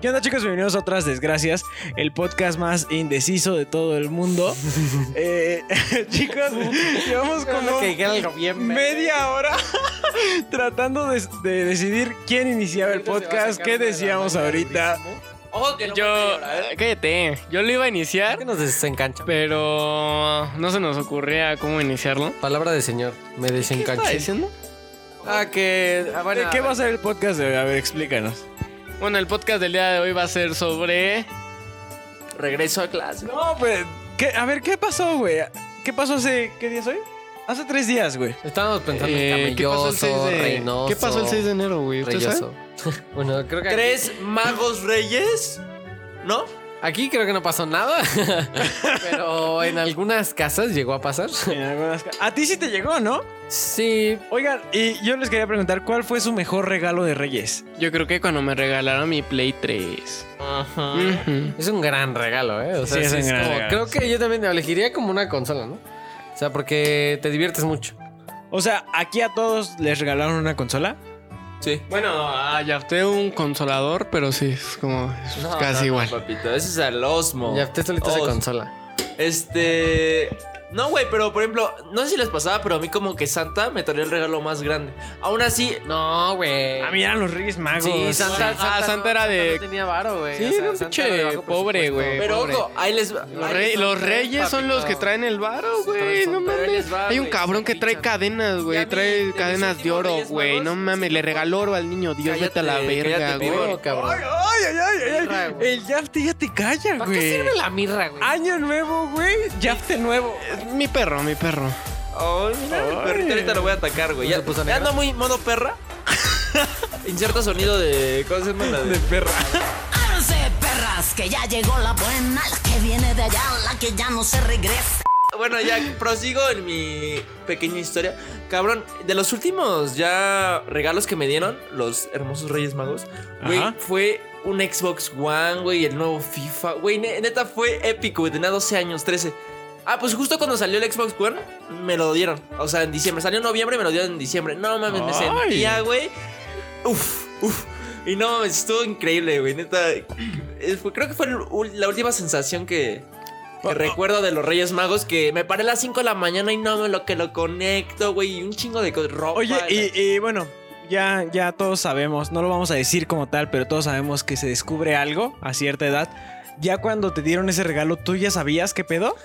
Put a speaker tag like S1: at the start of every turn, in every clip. S1: ¿Qué onda chicos? Bienvenidos a Otras Desgracias, el podcast más indeciso de todo el mundo. Eh, chicos, llevamos como
S2: que dijera algo bien verde.
S1: media hora tratando de, de decidir quién iniciaba el
S2: Ahorita se va a
S1: podcast,
S2: sacar
S1: qué
S2: una de la
S1: decíamos
S2: manga
S1: ahorita.
S2: durísimo. Oh, que no
S3: Yo,
S2: puede llorar.
S3: cállate, yo lo iba a
S2: ¿Por
S3: iniciar,
S2: qué nos desencanchan?
S3: pero no se nos ocurría cómo iniciarlo.
S2: Palabra de señor, me
S3: ¿Qué estaba
S2: desencanché.
S3: diciendo?
S2: Ah, que. ah, bueno,
S1: ¿De qué va a ser el podcast de hoy? A ver, explícanos.
S3: Bueno, el podcast del día de hoy va a ser sobre
S2: Regreso a clase.
S1: No, pues, ¿qué- a ver, ¿qué pasó, güey? ¿Qué pasó hace, qué día es hoy? Hace tres días, güey.
S2: Estábamos pensando
S3: eh,
S2: en camelloso, reinoso.
S3: ¿Qué pasó el 6 de enero, güey? ¿Ustedes saben?
S2: reyoso. bueno, creo que. aquí-
S4: tres magos reyes, ¿no?
S2: Aquí creo que no pasó nada. pero en algunas casas llegó a pasar.
S1: En algunas ca- A ti sí te llegó, ¿no?
S2: Sí.
S1: Oigan, y yo les quería preguntar, ¿cuál fue su mejor regalo de Reyes?
S3: Yo creo que cuando me regalaron mi Play 3.
S4: Ajá.
S3: Ujú.
S2: Es un gran regalo, ¿eh? O sea,
S1: Sí, es
S2: sí
S1: un
S2: es
S1: gran
S2: como-
S1: regalo,
S2: creo que yo también elegiría como una consola, ¿no? O sea, porque te diviertes mucho.
S1: O sea, ¿aquí a todos les regalaron una consola?
S4: Sí.
S3: Bueno, ah, ya fue un consolador, pero sí, es como es casi igual.
S4: Papito, ese es al Osmo.
S2: Ya te solito
S4: Os-
S2: de consola.
S4: Este. No, güey, pero por ejemplo, no sé si les pasaba, pero a mí como que Santa me traía el regalo más grande. Aún así,
S2: No, güey.
S1: Ah, mira, los Reyes Magos.
S2: Eh. Sí, Santa,
S3: Ah, Santa era de-
S2: no tenía varo, güey.
S3: Sí, era
S2: Santa
S3: un pinche
S2: de bajo
S3: pobre,
S2: presupuesto.
S3: güey.
S4: pero
S3: pobre.
S4: ojo, ahí les va.
S3: Los,
S4: ahí
S3: rey-
S4: les va
S3: los
S4: un
S3: reyes son los que
S4: papito.
S3: traen el varo, güey.
S2: son-
S3: No
S2: pero
S3: mames.
S2: les va,
S3: Hay un
S2: güey,
S3: cabrón
S2: se
S3: que trae
S2: pichan.
S3: cadenas,
S4: Y a
S3: güey.
S4: mí, de
S3: Trae
S4: mis
S3: cadenas de
S4: últimos
S3: oro,
S4: Reyes
S3: güey.
S4: Magos,
S3: No mames, le regaló oro al niño. Dios, vete a la
S4: Cállate,
S3: verga,
S4: cállate,
S3: güey.
S2: Güey, Oh, cabrón.
S1: Ay, ay, ay, ay, ay.
S2: Mirra,
S1: El Yafte ya te calla,
S2: ¿Para qué
S1: güey.
S2: sirve la Eh, mirra, güey?
S1: Año nuevo, güey. Yafte nuevo.
S3: Mi perro, mi perro.
S4: Ay, mira, el perrito ahorita lo voy a atacar, güey.
S2: ¿No
S4: Ya,
S2: se puso
S4: ya
S2: negro?
S4: anda muy modo perra. Inserta sonido de. ¿Cómo se llama? la de-
S5: no sé, perras, que ya llegó la buena, la que viene de allá, la que ya no se regresa.
S4: Bueno, ya prosigo en mi pequeña historia. Cabrón, de los últimos ya regalos que me dieron los hermosos Reyes Magos, güey,
S1: Ajá.
S4: fue un Xbox One, güey, el nuevo FIFA. Güey, ne- neta fue épico, güey, tenía 12 años, 13. Ah, pues justo cuando salió el Xbox One, me lo dieron. O sea, en diciembre. Salió en noviembre, me lo dieron en diciembre. No mames, me
S1: Ay.
S4: sentía, güey. Uf, uf. Y no mames, estuvo increíble, güey, neta. Eh, fue- Creo que fue el ul- la última sensación que,
S1: Ah,
S4: que recuerdo de los Reyes Magos que me paré a las 5 de la mañana y no me lo que lo conecto, güey, y un chingo de co- ropa.
S1: Oye, y, y bueno, ya, ya todos sabemos, no lo vamos a decir como tal, pero todos sabemos que se descubre algo a cierta edad. Ya cuando te dieron ese regalo, ¿tú ya sabías qué pedo?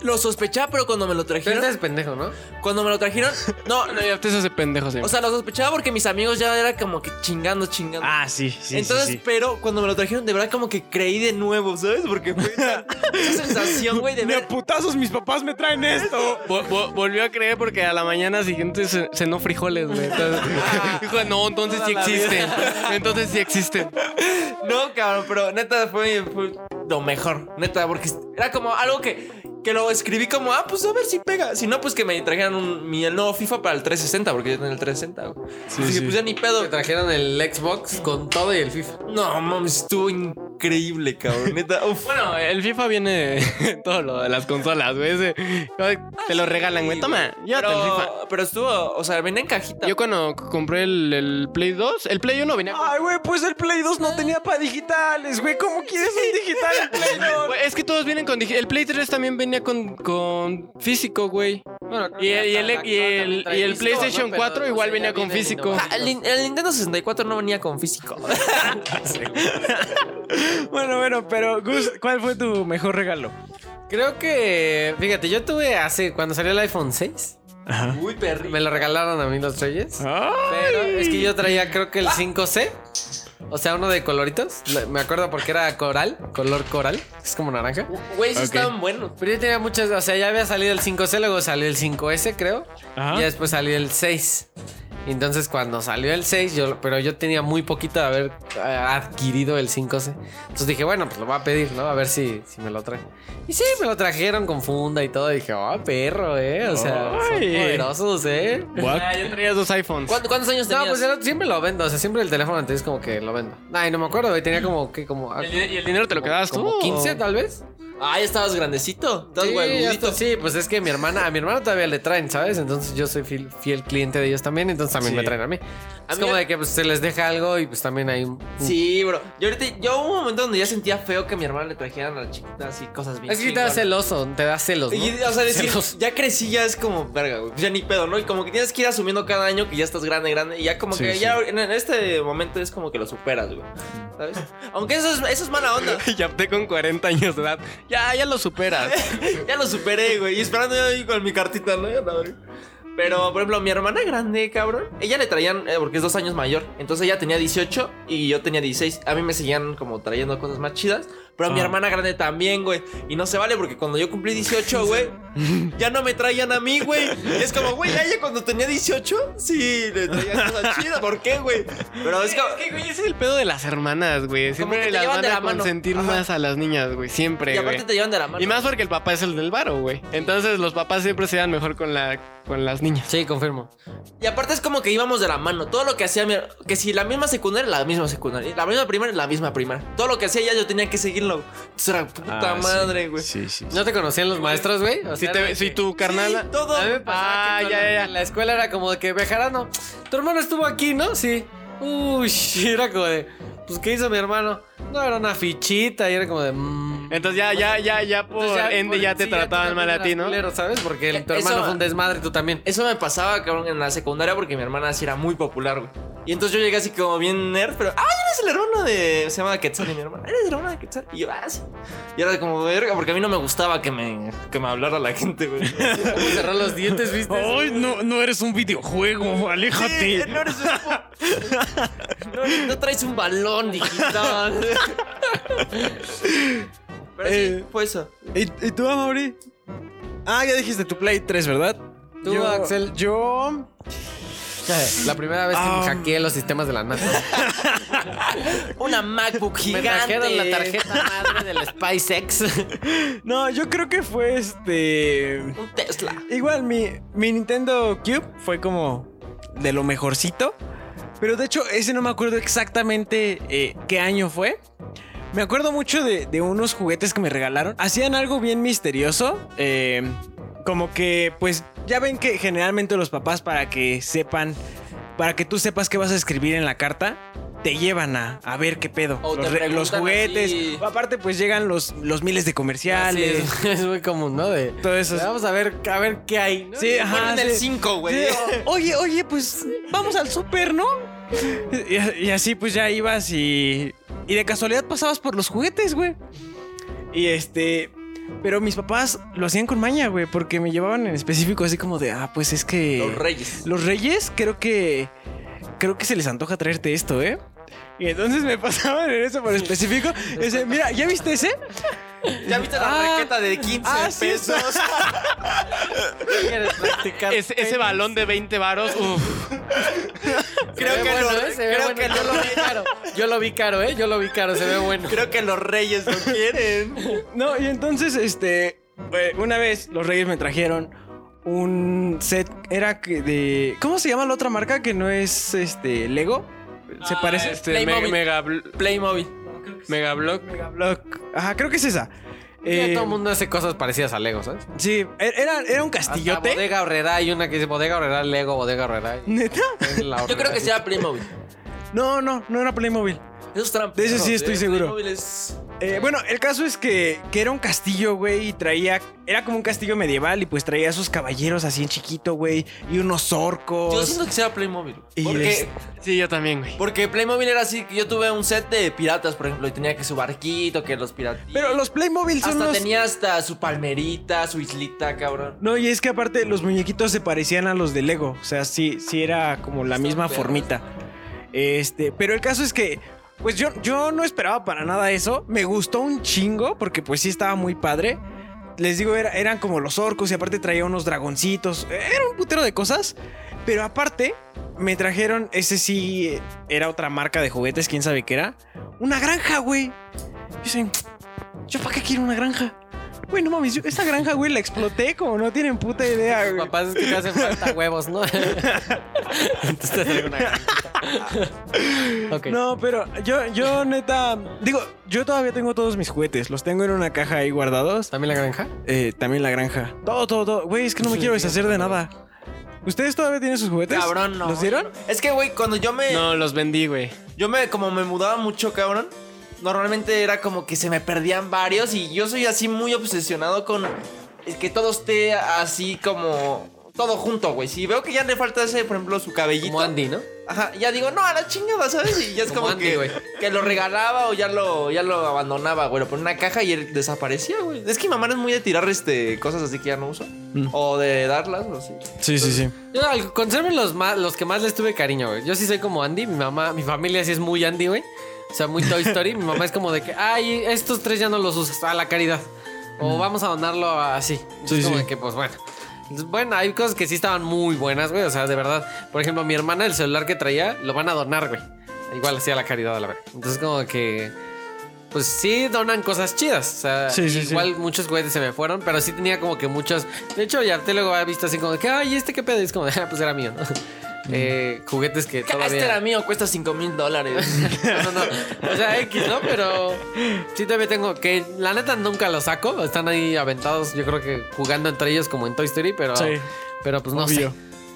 S4: Lo sospechaba, pero cuando me lo
S2: Pero
S4: trajeron,
S2: este es pendejo, ¿no?
S4: cuando me lo trajeron, no,
S3: No, ya te hace Este pendejo,
S4: o sea, lo sospechaba porque mis amigos ya era como que chingando, chingando.
S1: Ah, sí, sí.
S4: Entonces,
S1: sí, sí.
S4: pero cuando me lo trajeron, de verdad como que creí de nuevo, ¿sabes? Porque fue tan- esa sensación, güey, de
S1: Ni
S4: ver
S1: a putazos mis papás me traen esto.
S3: volvió a creer porque a la mañana siguiente se cenó frijoles, güey. Entonces, dijo, no, entonces sí
S4: Toda la
S3: existen. Entonces sí existen.
S4: No, cabrón, pero neta fue, fue lo mejor, neta, porque era como algo que, que lo escribí como, ah, pues a ver si pega. Si no, pues que me trajeran un, mi, el nuevo FIFA para el 360, porque yo tenía el 360. güey.
S3: Sí,
S4: Así que
S3: sí.
S4: pues ya ni pedo.
S2: Te trajeron el Xbox con todo y el FIFA.
S4: No, mames, estuvo increíble, cabrón, neta. Uf.
S3: Bueno, el FIFA viene de todo lo de las consolas, güey. Ese- Te lo regalan, güey. Toma, llévate el FIFA.
S4: Pero, pero estuvo, o sea, venía en cajita.
S3: Yo cuando compré el, el Play 2, el Play 1 venía con-
S1: Ay, güey, pues el Play 2 no tenía para digitales, güey. ¿Cómo quieres un digital en Play 2?
S3: Güey, Es que todos vienen con... digi- El Play 3 también venía con, con físico, güey.
S2: Bueno,
S3: Y el, y el- y el- y el PlayStation 4 igual venía con físico.
S4: Ah, el, nin- el Nintendo 64 no venía con físico.
S1: Bueno, bueno, pero Gus, ¿cuál fue tu mejor regalo?
S2: Creo que, fíjate, yo tuve hace, cuando salió el iPhone 6,
S1: Ajá.
S4: Muy perrito.
S2: me lo regalaron a mí los reyes.
S3: Ah.
S2: Pero es que yo traía creo que el 5C, o sea, uno de coloritos. Lo- Me acuerdo porque era coral, color coral, es como naranja.
S4: Güey, sí
S1: Ok.
S4: estaban buenos.
S2: Pero yo tenía muchas, o sea, ya había salido el 5C, luego salió el 5S, creo.
S1: Ajá.
S2: Y después salió el 6. Entonces, cuando salió el 6, yo, pero yo tenía muy poquito de haber eh, adquirido el 5C. Entonces dije, bueno, pues lo voy a pedir, ¿no? A ver si, si me lo traen. Y sí, me lo trajeron con funda y todo. Y dije, oh, perro, ¿eh? O sea, son
S1: Ay.
S2: poderosos, ¿eh?
S3: Ah, yo traía dos iPhones.
S4: ¿Cuántos, cuántos años
S2: No,
S4: tenías?
S2: pues era- siempre lo vendo. O sea, siempre el teléfono antes como que lo vendo. Ay, no me acuerdo, güey. Tenía como que, como.
S3: ¿Y el dinero te lo quedabas tú?
S2: Como 15, tal vez.
S4: Ay, Ah, estabas grandecito. Estabas
S2: Sí, ya
S4: huevudito.
S2: está- sí, pues es que mi hermana, a mi hermana todavía le traen, ¿sabes? Entonces yo soy fiel, fiel cliente de ellos también, entonces también
S1: Sí.
S2: me traen a mí.
S4: A
S2: es
S4: mí
S2: como
S4: ya-
S2: de que pues, se les deja algo y pues también hay un... un-
S4: Sí, bro. Yo ahorita, yo hubo un momento donde ya sentía feo que a mi hermana le trajeran a la chiquita así cosas bien.
S2: Es que te da
S4: chingonas.
S2: celoso, te da celos, ¿no?
S4: Y, o sea, decir,
S2: Celos.
S4: ya crecí, ya es como, verga, güey, ya ni pedo, ¿no? Y como que tienes que ir asumiendo cada año que ya estás grande, grande, y ya como
S1: Sí,
S4: que
S1: sí.
S4: ya en, en este momento es como que lo superas, güey. ¿Sabes? Aunque eso es, eso es mala onda.
S3: Ya opté con 40 años de edad. Ya, ya lo superas.
S4: ya lo superé, güey. Y esperando yo ahí con mi cartita, ¿no? Ya la abrí. Pero, por ejemplo, mi hermana grande, cabrón, ella le traían, eh, porque es dos años mayor. Entonces ella tenía 18 y yo tenía 16. A mí me seguían como trayendo cosas más chidas. Pero a mi
S1: Ah.
S4: hermana grande también, güey. Y no se vale porque cuando yo cumplí 18, güey, ya no me traían a mí, güey. Y Es como, güey, a ella cuando tenía 18, sí, le traían cosas chidas. ¿Por qué, güey? Pero es como.
S3: Güey, ese es el pedo de las hermanas, güey.
S4: que
S3: Siempre
S4: te
S3: las
S4: llevan
S3: van
S4: de la
S3: a
S4: mano.
S3: consentir
S4: Ajá.
S3: más a las niñas, güey. Siempre,
S4: Y
S3: güey.
S4: aparte te llevan de la mano.
S3: Y más porque el papá es el del varo, güey. Entonces los papás siempre se dan mejor con la con las niñas.
S2: Sí, confirmo.
S4: Y aparte es como que íbamos de la mano. Todo lo que hacía mi- Que si la misma secundaria, la misma secundaria. La misma primaria, la misma primaria. Todo lo que hacía ella, yo tenía que seguirlo. Entonces era puta
S1: Ah, sí.
S4: madre, güey.
S1: Sí, sí.
S2: ¿No te conocían los maestros, güey? O
S3: Si
S2: sea,
S3: te si tu carnala.
S4: todo.
S2: A mí me pasaba
S3: Ah,
S2: que
S3: ya, ya, ya.
S2: en la escuela era como de que Bejarano, tu hermano estuvo aquí, ¿no? Sí. Uy, era como de, pues ¿qué hizo mi hermano? No, era una fichita y era como de... mm.
S3: Entonces ya ya ya ya por
S2: Entonces,
S3: ende
S2: por-
S3: ya te
S2: sí,
S3: trataban mal a
S2: eras
S3: ti, ¿no?
S2: culero, ¿sabes? Porque el- tu
S4: Eso-
S2: hermano fue un desmadre y tú también.
S4: Eso me pasaba, cabrón, en la secundaria porque mi hermana sí era muy popular, güey. Y entonces yo llegué así como bien nerd, pero. ¡Ah, eres el hermano de. Se llama Quetzal, y mi hermana. Eres el hermano de Quetzal. Y yo, ah, sí. Y era como verga, porque a mí no me gustaba que me, que me hablara la gente, güey.
S2: ¿Cómo cerrar los dientes, viste?
S1: Ay, no, no eres un videojuego, aléjate.
S4: Sí, no eres un po- no, no traes un balón, digital. Pero sí,
S1: Eh.
S4: fue eso.
S1: ¿Y, y tú, Amaury? Ah, ya dijiste tu Play 3, ¿verdad?
S2: Tú,
S1: Yo-
S2: Axel.
S1: Yo.
S2: La primera vez que
S1: Ah.
S2: me hackeé los sistemas de la NASA.
S4: Una MacBook
S2: Me
S4: gigante.
S2: trajeron la tarjeta madre del SpaceX.
S1: No, yo creo que fue este.
S4: Un Tesla.
S1: Igual, mi, mi Nintendo Cube fue como de lo mejorcito. Pero de hecho, ese no me acuerdo exactamente eh, qué año fue. Me acuerdo mucho de, de unos juguetes que me regalaron. Hacían algo bien misterioso. eh, como que, pues, ya ven que generalmente los papás para que sepan, para que tú sepas qué vas a escribir en la carta, te llevan a, a ver qué pedo.
S4: O te
S1: los, re- los
S4: preguntan
S1: juguetes.
S4: así.
S1: Aparte, pues llegan los, los miles de
S2: Así
S1: comerciales.
S2: es, es muy común, ¿no? De,
S1: Todo Ah, eso.
S2: Vamos a ver, a ver qué hay, ¿no?
S1: Sí, ajá,
S4: Ponen el
S1: Ah, sí.
S4: 5, güey.
S1: Sí, o- oye, oye, pues vamos al súper, ¿no? Y, y así pues ya ibas y. Y de casualidad pasabas por los juguetes, güey. Y este. Pero mis papás lo hacían con maña, güey, porque me llevaban en específico así como de, ah, pues es que.
S4: Los Reyes.
S1: Los reyes, creo que. Creo que se les antoja traerte esto, ¿eh? Y entonces me pasaban en eso por específico. Y decía, mira, ¿ya viste ese?
S4: ¿Ya viste la
S1: Ah,
S4: raqueta de 15
S1: ah, sí,
S4: pesos?
S2: ¿Quieres practicar?
S3: Ese, ese balón de 20 varos, uf.
S4: creo
S2: Se ve
S4: que
S2: bueno,
S4: lo-
S2: ¿eh? Se ve
S4: creo
S2: bueno.
S4: que
S2: Yo
S4: lo-
S2: lo vi caro. Yo lo vi caro, ¿eh? Yo lo vi caro, se ve bueno.
S4: Creo que los Reyes lo quieren.
S1: No, y entonces, este, eh, una vez los Reyes me trajeron un set, era que de, ¿cómo se llama la otra marca que no es, este, Lego? Se parece,
S3: Este, me-
S4: Playmobil.
S3: mega, bl-
S4: Playmobil.
S3: mega block.
S1: Megablock. Ajá, creo que es esa.
S2: Ya
S1: Eh,
S2: todo el mundo hace cosas parecidas a Lego, ¿sabes?
S1: sí, er- era, era un
S2: Hasta
S1: castillote.
S2: bodega Horrera hay una que dice Bodega Horrera Lego, Bodega Horrera. y-
S1: ¿Neta?
S2: es la
S4: Yo creo
S2: Horrera.
S4: que se llama Playmobil.
S1: No, no, no era Playmobil.
S4: Eso es trampa.
S1: De eso sí estoy seguro.
S4: Playmobil es...
S1: Eh, bueno, el caso es que, que era un castillo, güey, y traía, era como un castillo medieval y pues traía a sus caballeros así en chiquito, güey, y unos orcos.
S4: Yo siento que se llama Playmobil.
S1: Pues, Y
S4: Porque
S1: es-
S3: Sí, yo también, güey.
S4: Porque Playmobil era así, que yo tuve un set de piratas, por ejemplo, y tenía que su barquito, que los piratas.
S1: Pero los Playmobil son
S4: hasta
S1: los...
S4: tenía hasta su palmerita, su islita, cabrón.
S1: No, y es que aparte los muñequitos se parecían a los de Lego. O sea, sí, sí era como la
S4: Está
S1: misma
S4: perro.
S1: formita. Este, pero el caso es que. Pues yo, yo no esperaba para nada eso. Me gustó un chingo porque pues sí estaba muy padre. Les digo, era- eran como los orcos y aparte traía unos dragoncitos. Era un putero de cosas. Pero aparte, me trajeron, ese sí eh, era otra marca de juguetes, quién sabe qué era. Una granja, güey. Dicen, ¿yo para qué quiero una granja? Güey, no mames, yo esa granja, güey, la exploté como no tienen puta idea, güey.
S2: Papás, es que te hacen falta huevos, ¿no? Entonces te traigo una granjita. Ok.
S1: No, pero yo, yo neta, digo, yo todavía tengo todos mis juguetes, los tengo en una caja ahí guardados.
S2: ¿También la granja?
S1: Eh, también la granja. Todo, todo, todo. Güey, es que no me quiero deshacer de nada. ¿Ustedes todavía tienen sus juguetes?
S4: Cabrón, no.
S1: ¿Los dieron?
S4: Es que, güey, cuando yo me.
S3: No, los vendí, güey.
S4: Yo me, como me mudaba mucho, cabrón. Normalmente era como que se me perdían varios. Y yo soy así muy obsesionado con eh, que todo esté así como. Todo junto, güey. Si veo que ya le falta ese, por ejemplo, su cabellito.
S2: Como Andy, ¿no?
S4: Ajá, ya digo, no, a la chingada, ¿sabes? Y ya es
S2: Como
S4: como,
S2: Andy, güey.
S4: que, que lo regalaba o ya lo, ya lo abandonaba, güey. Lo ponía en una caja y él desaparecía, güey. Es que mi mamá es muy de tirar este, cosas así que ya no uso.
S2: Mm.
S4: O de darlas, o así.
S1: Sí, sí, sí.
S2: Yo al- conserven los, más, los que más les tuve cariño, güey. Yo sí soy como Andy, mi mamá, mi familia sí es muy Andy, güey. O sea, muy Toy Story. mi mamá es como de que, ay, estos tres ya no los usas, a la caridad. O vamos a donarlo así.
S1: Mm. Sí,
S2: es como
S1: sí.
S2: de que, pues bueno. Entonces, Bueno, hay cosas que sí estaban muy buenas, güey. O sea, de verdad. Por ejemplo, mi hermana, el celular que traía, lo van a donar, güey. Igual así a la caridad, a la verdad. Entonces, como que. Pues sí donan cosas chidas. O sea,
S1: Sí, sí, sí.
S2: igual muchos juguetes se me fueron, pero sí tenía como que muchos. De hecho, ya te luego he visto así como de que, ay, ¿este qué pedo? Y es como, de, ah, pues era mío, ¿no? Eh, juguetes que todavía.
S4: Este era mío, cuesta 5 mil dólares.
S2: No, no, no. O sea, X, ¿no? Pero sí todavía tengo que. La neta nunca los saco. Están ahí aventados, yo creo que jugando entre ellos como en Toy Story, pero.
S1: Sí.
S2: Pero pues no sé.
S1: Obvio.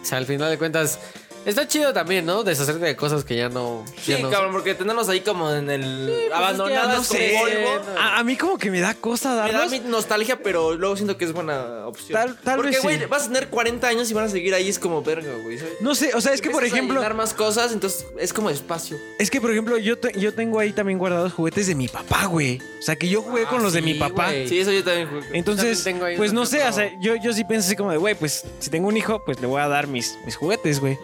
S2: O sea, al final de cuentas. Está chido también, ¿no? Deshacerte de cosas que ya no.
S4: Sí,
S2: ya no- pues
S4: cabrón, porque tenerlos ahí como en el
S2: es
S4: abandonados
S2: que
S4: con
S2: ya no
S4: polvo.
S2: sé.
S1: A, a mí como que me da cosa
S4: Me da
S1: darlos.
S4: mi nostalgia, pero luego siento que es buena opción.
S1: Tal- tal
S4: porque,
S1: vez
S4: güey,
S1: sí.
S4: vas a tener 40 años y van a seguir ahí, es como verga, güey. ¿sabes?
S1: No sé, o sea, es que por
S4: Empiezas a
S1: ejemplo,
S4: llenar más cosas, entonces es como espacio.
S1: es que por ejemplo, yo, te- yo tengo ahí también guardados juguetes de mi papá, güey. O sea, que yo jugué
S2: Ah,
S1: con los de
S2: sí,
S1: mi papá.
S2: güey.
S4: Sí, eso yo también jugué.
S1: Entonces,
S2: Yo también tengo ahí
S1: pues
S2: uno
S1: no
S2: que
S1: sé,
S2: otro.
S1: o sea, yo, yo sí pienso así como de, güey, pues si tengo un hijo, pues le voy a dar mis, mis juguetes, güey.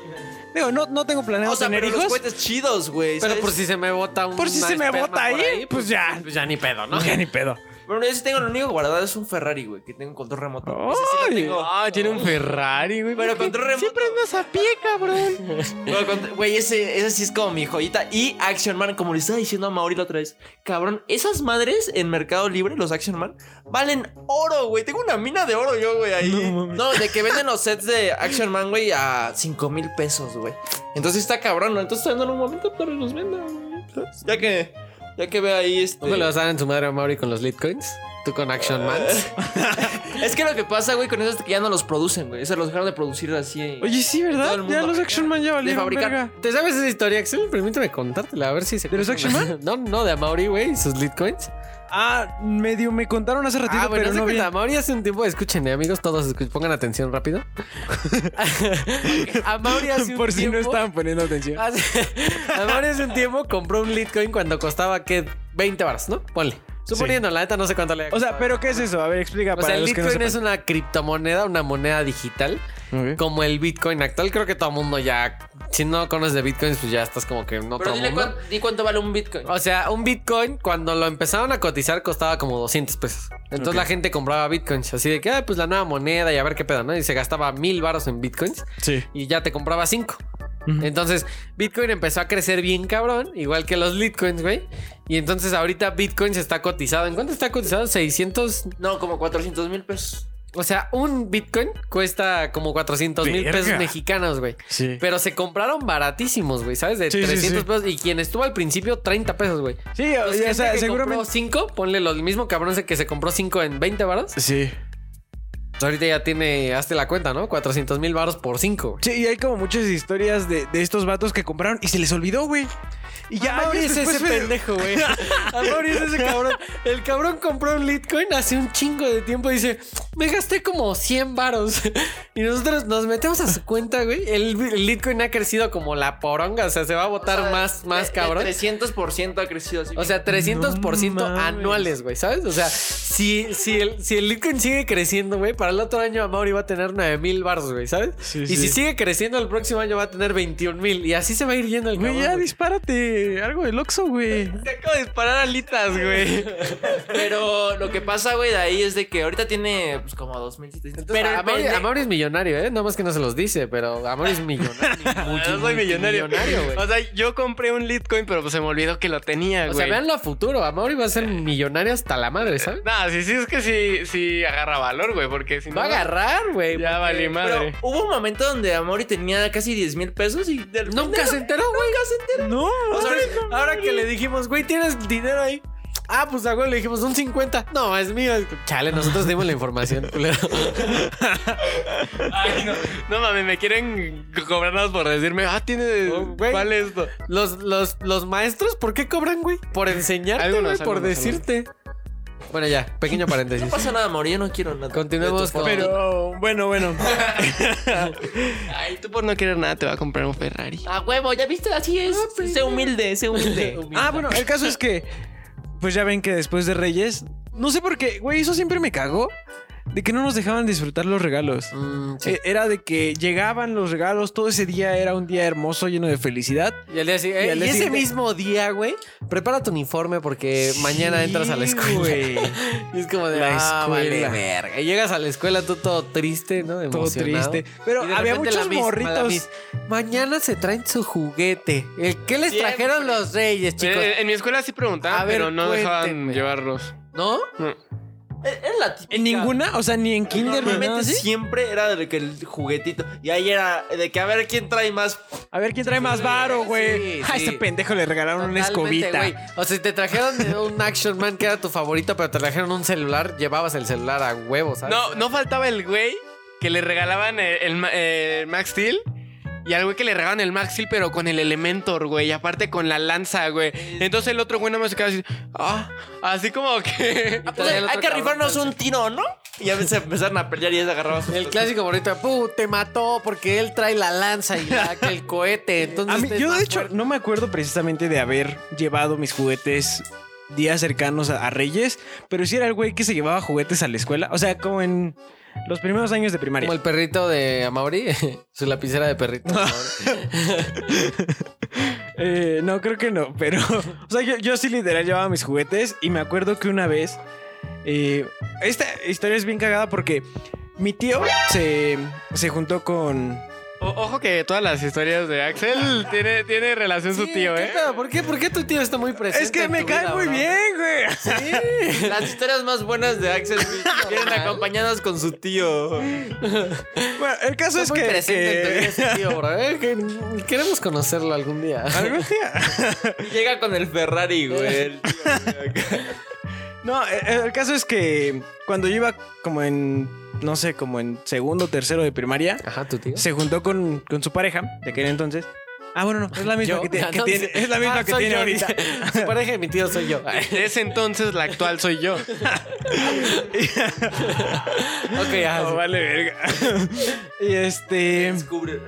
S1: Digo, no, no tengo planeado
S4: O sea,
S1: tener
S4: pero los
S1: hijos.
S4: juguetes chidos, güey.
S2: Pero
S4: ¿sabes?
S2: por si se me bota un.
S1: Por si
S2: una
S1: se me
S2: esperma
S1: bota
S2: por
S1: ahí, pues ya.
S2: Pues ya ni pedo, ¿no?
S1: No, ya ni pedo.
S4: Bueno, yo sí tengo lo único guardado es un Ferrari, güey, que tengo un control remoto.
S2: Oh,
S4: Ese sí lo
S1: Ay.
S4: tengo.
S3: Ah, tiene un Ferrari, güey.
S4: Pero
S3: ¿por qué
S4: control remoto.
S3: Siempre andas a pie, cabrón.
S4: Güey, cont- Güey, ese, ese sí es como mi joyita. Y Action Man, como le estaba diciendo a Mauri la otra vez. Cabrón, esas madres en Mercado Libre, los Action Man, valen oro, güey. Tengo una mina de oro yo, güey, ahí. No, de que venden los sets de Action Man, güey, a 5 mil pesos, güey. Entonces está cabrón, ¿no? Entonces en un momento para que los venda, güey. ¿sabes? Ya que, ya que ve ahí este...
S2: ¿No me lo saben su madre a Mauri con los Litcoins? ¿Tú con Action Mans?
S4: Es que lo que pasa, güey, con esos es que ya no los producen, güey. O sea, los dejaron de producir así. eh.
S1: Oye, sí,
S4: Todo
S1: ¿verdad?
S4: el
S1: Ya
S4: mundo.
S1: los Action Man ya valieron
S4: fabricar.
S1: verga.
S2: ¿Te sabes esa historia, Axel? Permíteme contártela, a ver si se...
S1: ¿De los Action Man?
S2: No, no, de Amaury, güey, y sus litcoins.
S1: Ah, medio me contaron hace ratito,
S2: Ah, bueno,
S1: pero no vi.
S2: cuenta, Amaury hace un tiempo... Escuchen, eh, amigos, todos escu- pongan atención rápido. Amaury hace un
S1: Por si
S2: tiempo... Ah,
S1: no estaban poniendo atención.
S2: hace- Amaury hace un tiempo compró un litcoin cuando costaba, ¿qué? 20 baros, ¿no? Ponle. Suponiendo, la neta, no sé cuánto le haya
S1: O sea,
S2: costado.
S1: pero ¿qué es eso? A ver, explica
S2: O
S1: para
S2: sea, el
S1: los que
S2: Bitcoin
S1: no
S2: es una criptomoneda, una moneda digital,
S1: sepan. Ok.
S2: como el Bitcoin actual. Creo que todo el mundo ya, si no conoces de Bitcoins, pues ya estás como que en otro
S4: Pero dile
S2: mundo.
S4: cuán- di cuánto vale un Bitcoin.
S2: O sea, un Bitcoin cuando lo empezaron a cotizar costaba como 200 pesos. Entonces la gente compraba Bitcoins, así de que, "Ah, pues la nueva moneda y a ver qué pedo, ¿no? Y se gastaba mil varos en Bitcoins
S1: Sí.
S2: y ya te compraba cinco. Entonces, Bitcoin empezó a crecer bien cabrón, igual que los Litcoins, güey. Y entonces ahorita Bitcoin se está cotizado. ¿En cuánto está cotizado? 600.
S4: No, como 400 mil pesos.
S2: O sea, un Bitcoin cuesta como 400 mil
S1: Verga.
S2: pesos mexicanos, güey.
S1: Sí.
S2: Pero se compraron baratísimos, güey, ¿sabes? De
S1: Sí, sí,
S2: 300
S1: sí.
S2: pesos. Y quien estuvo al principio, 30 pesos, güey.
S1: Sí, o-
S2: Entonces,
S1: o
S2: gente
S1: sea,
S2: que
S1: seguramente.
S2: compró cinco, ponle lo el mismo cabrón ese que se compró cinco en 20 varos.
S1: Sí.
S2: Pues ahorita ya tiene, hazte la cuenta, ¿no? 400 mil varos por cinco. güey.
S1: Sí, y hay como muchas historias de, de estos vatos que compraron y se les olvidó, güey. Y ya
S2: Amaury
S1: años
S2: es
S1: después
S2: ese
S1: fue de-
S2: pendejo, güey. Amaury es ese cabrón. El cabrón compró un Litecoin hace un chingo de tiempo y dice, me gasté como 100 varos. Y nosotros nos metemos a su cuenta, güey. El, el Litecoin ha crecido como la poronga, o sea, se va a votar
S4: O sea, eh,
S2: más,
S4: de-
S2: más
S4: de
S2: cabrón.
S4: 300% ha crecido así.
S2: O sea, 300% anuales, güey, ¿sabes? O sea, si, si, el, si el Bitcoin sigue creciendo, güey, para el otro año Amaury va a tener 9 mil bars, güey, ¿sabes?
S1: Sí,
S2: y
S1: sí.
S2: si sigue creciendo, el próximo año va a tener 21 mil. Y así se va a ir yendo el
S1: Güey,
S2: cabrón,
S1: ya
S2: güey.
S1: dispárate. Algo del Oxxo, güey.
S2: Te acabo de disparar alitas, güey.
S4: pero lo que pasa, güey, de ahí es de que ahorita tiene tener pues como 2700.
S2: Pero
S4: el
S2: Amaury,
S4: pende-
S2: Amaury es millonario, ¿eh? Nada más que no se los dice, pero Amaury es millonario.
S3: Yo soy millonario. O sea, yo compré un Litecoin, pero pues se me olvidó que lo tenía,
S2: O
S3: güey.
S2: sea, veanlo a futuro. Amaury va a ser millonario hasta la madre, ¿sabes?
S3: Nah, sí, sí, es que sí, sí agarra valor, güey, porque si no.
S2: Va a agarrar, güey.
S3: Ya valí madre.
S4: Pero hubo un momento donde Amaury tenía casi 10 mil pesos y de repente-
S2: Nunca se enteró, güey.
S4: nunca se enteró.
S1: No.
S4: O sea,
S2: Ahora que le dijimos, güey, tienes dinero ahí. Ah, pues a güey le dijimos un 50. No, es mío. Chale, nosotros dimos la información, culero.
S3: Ay, no. No mames, me quieren co- cobrar nada más por decirme, ah, tiene.
S2: Oh, güey.
S3: vale esto?
S2: Los, los, los maestros, ¿por qué cobran, güey? Por enseñarte, güey,
S3: Algunos,
S2: por
S3: algunos,
S2: decirte. Bueno, ya, pequeño paréntesis.
S4: No pasa nada, Amaury, yo no quiero nada.
S2: Continuemos
S4: De tu
S2: con-
S4: foto.
S1: Pero bueno, bueno.
S3: Ay, tú por no querer nada te va a comprar un Ferrari.
S4: A huevo, ya viste, así es. sé humilde, sé humilde.
S1: Ah, bueno, el caso es que, pues ya ven que después de Reyes, no sé por qué, güey, eso siempre me cagó, de que no nos dejaban disfrutar los regalos.
S2: Mm, sí.
S1: Eh, Era de que llegaban los regalos, todo ese día era un día hermoso, lleno de felicidad.
S2: Y, al día siguiente-
S1: y al
S2: y
S1: día
S2: ese
S1: siguiente-
S2: mismo día, güey, prepara tu uniforme porque Eh, mañana entras a la
S1: Sí,
S2: escuela.
S1: güey.
S2: Y es como de
S1: La
S2: "Ah, vale,
S1: escuela".
S2: verga. Y llegas a la escuela tú todo triste, ¿no?
S1: Todo
S2: Emocionado.
S1: triste. Pero
S2: Y de
S1: había
S2: repente la
S1: muchos
S2: miss- la miss,
S1: morritos.
S2: Mañana se traen su juguete. El que les
S4: Siempre.
S2: trajeron los reyes, chicos.
S3: Eh, en mi escuela sí
S2: A
S3: preguntaban,
S2: ver,
S3: pero no
S2: cuéntenme.
S3: dejaban llevarlos.
S2: ¿No?
S4: E-, Era la típica.
S1: ¿En ninguna? O sea, ni en Kinder, ni nada
S4: Normalmente
S1: así.
S4: siempre era de que el juguetito. Y ahí era de que a ver quién trae más.
S1: A ver quién trae más
S2: Sí,
S1: varo, güey.
S2: sí,
S1: A este
S2: sí.
S1: pendejo le regalaron una
S2: Totalmente,
S1: escobita.
S2: güey. O sea, si te trajeron un Action Man que era tu favorito, pero te trajeron un celular, llevabas el celular a huevo, ¿sabes?
S3: No, no faltaba el güey que le regalaban el, el Ma- eh, Max Steel. Y al güey que le regalaban el Max Steel, pero con el Elementor, güey. Y aparte con la lanza, güey. Entonces el otro güey nada más se quedaba así. Ah, así como que.
S4: Ah, pues hay, hay que rifarnos un tiro, ¿no? Y a veces empezaron a pelear y ya se agarraban sus-
S2: El clásico morrito, "Pu, te mató porque él trae la lanza y la- que el cohete. Entonces,
S1: A mí,
S2: este es
S1: yo
S2: más
S1: de hecho
S2: fuerte".
S1: no me acuerdo precisamente de haber llevado mis juguetes días cercanos a, a Reyes, pero sí era el güey que se llevaba juguetes a la escuela, o sea, como en los primeros años de
S2: Como
S1: primaria.
S2: el perrito de Amaury, su lapicera de perrito. de Amaury.
S1: Eh, no, creo que no, pero, o sea, yo, yo sí literal llevaba mis juguetes y me acuerdo que una vez, eh, esta historia es bien cagada porque mi tío se, se juntó con...
S3: O- ojo que todas las historias de Axel tiene, tiene relación su
S2: Sí,
S3: tío,
S2: ¿qué
S3: ¿eh?
S2: pedo? ¿Por qué, ¿Por qué tu tío está muy presente?
S1: Es que
S2: en
S1: me
S2: tu
S1: cae
S2: vida,
S1: muy
S2: bro?
S1: bien, güey.
S2: Sí.
S4: Las historias más buenas de Axel vienen acompañadas con su tío.
S1: Bueno, el caso
S2: Está
S1: es
S2: muy
S1: que...
S2: presente en tu vida
S1: que-
S2: ese tío, bro, ¿eh? Que- Queremos conocerlo algún día.
S1: Algún día.
S4: Y llega con el Ferrari, güey. el tío, güey, acá.
S1: No, e- e- el, caso es que cuando yo iba como en, no sé, como en segundo, tercero de primaria,
S2: Ajá, tu tío.
S1: se juntó con, con su pareja de aquel entonces. Ah, bueno, no, es la misma
S2: Yo,
S1: que, ti-
S2: ah,
S1: que
S2: no,
S1: tiene,
S2: sí.
S1: es la misma
S2: Ah,
S1: que
S2: soy
S1: tiene
S2: yo
S1: ahorita.
S2: Su pareja de mi tío soy yo. Ay,
S3: De ese entonces la actual soy yo.
S2: ok, ajá,
S1: No,
S2: sí.
S1: vale, verga. Ah, y este...
S4: Descubre.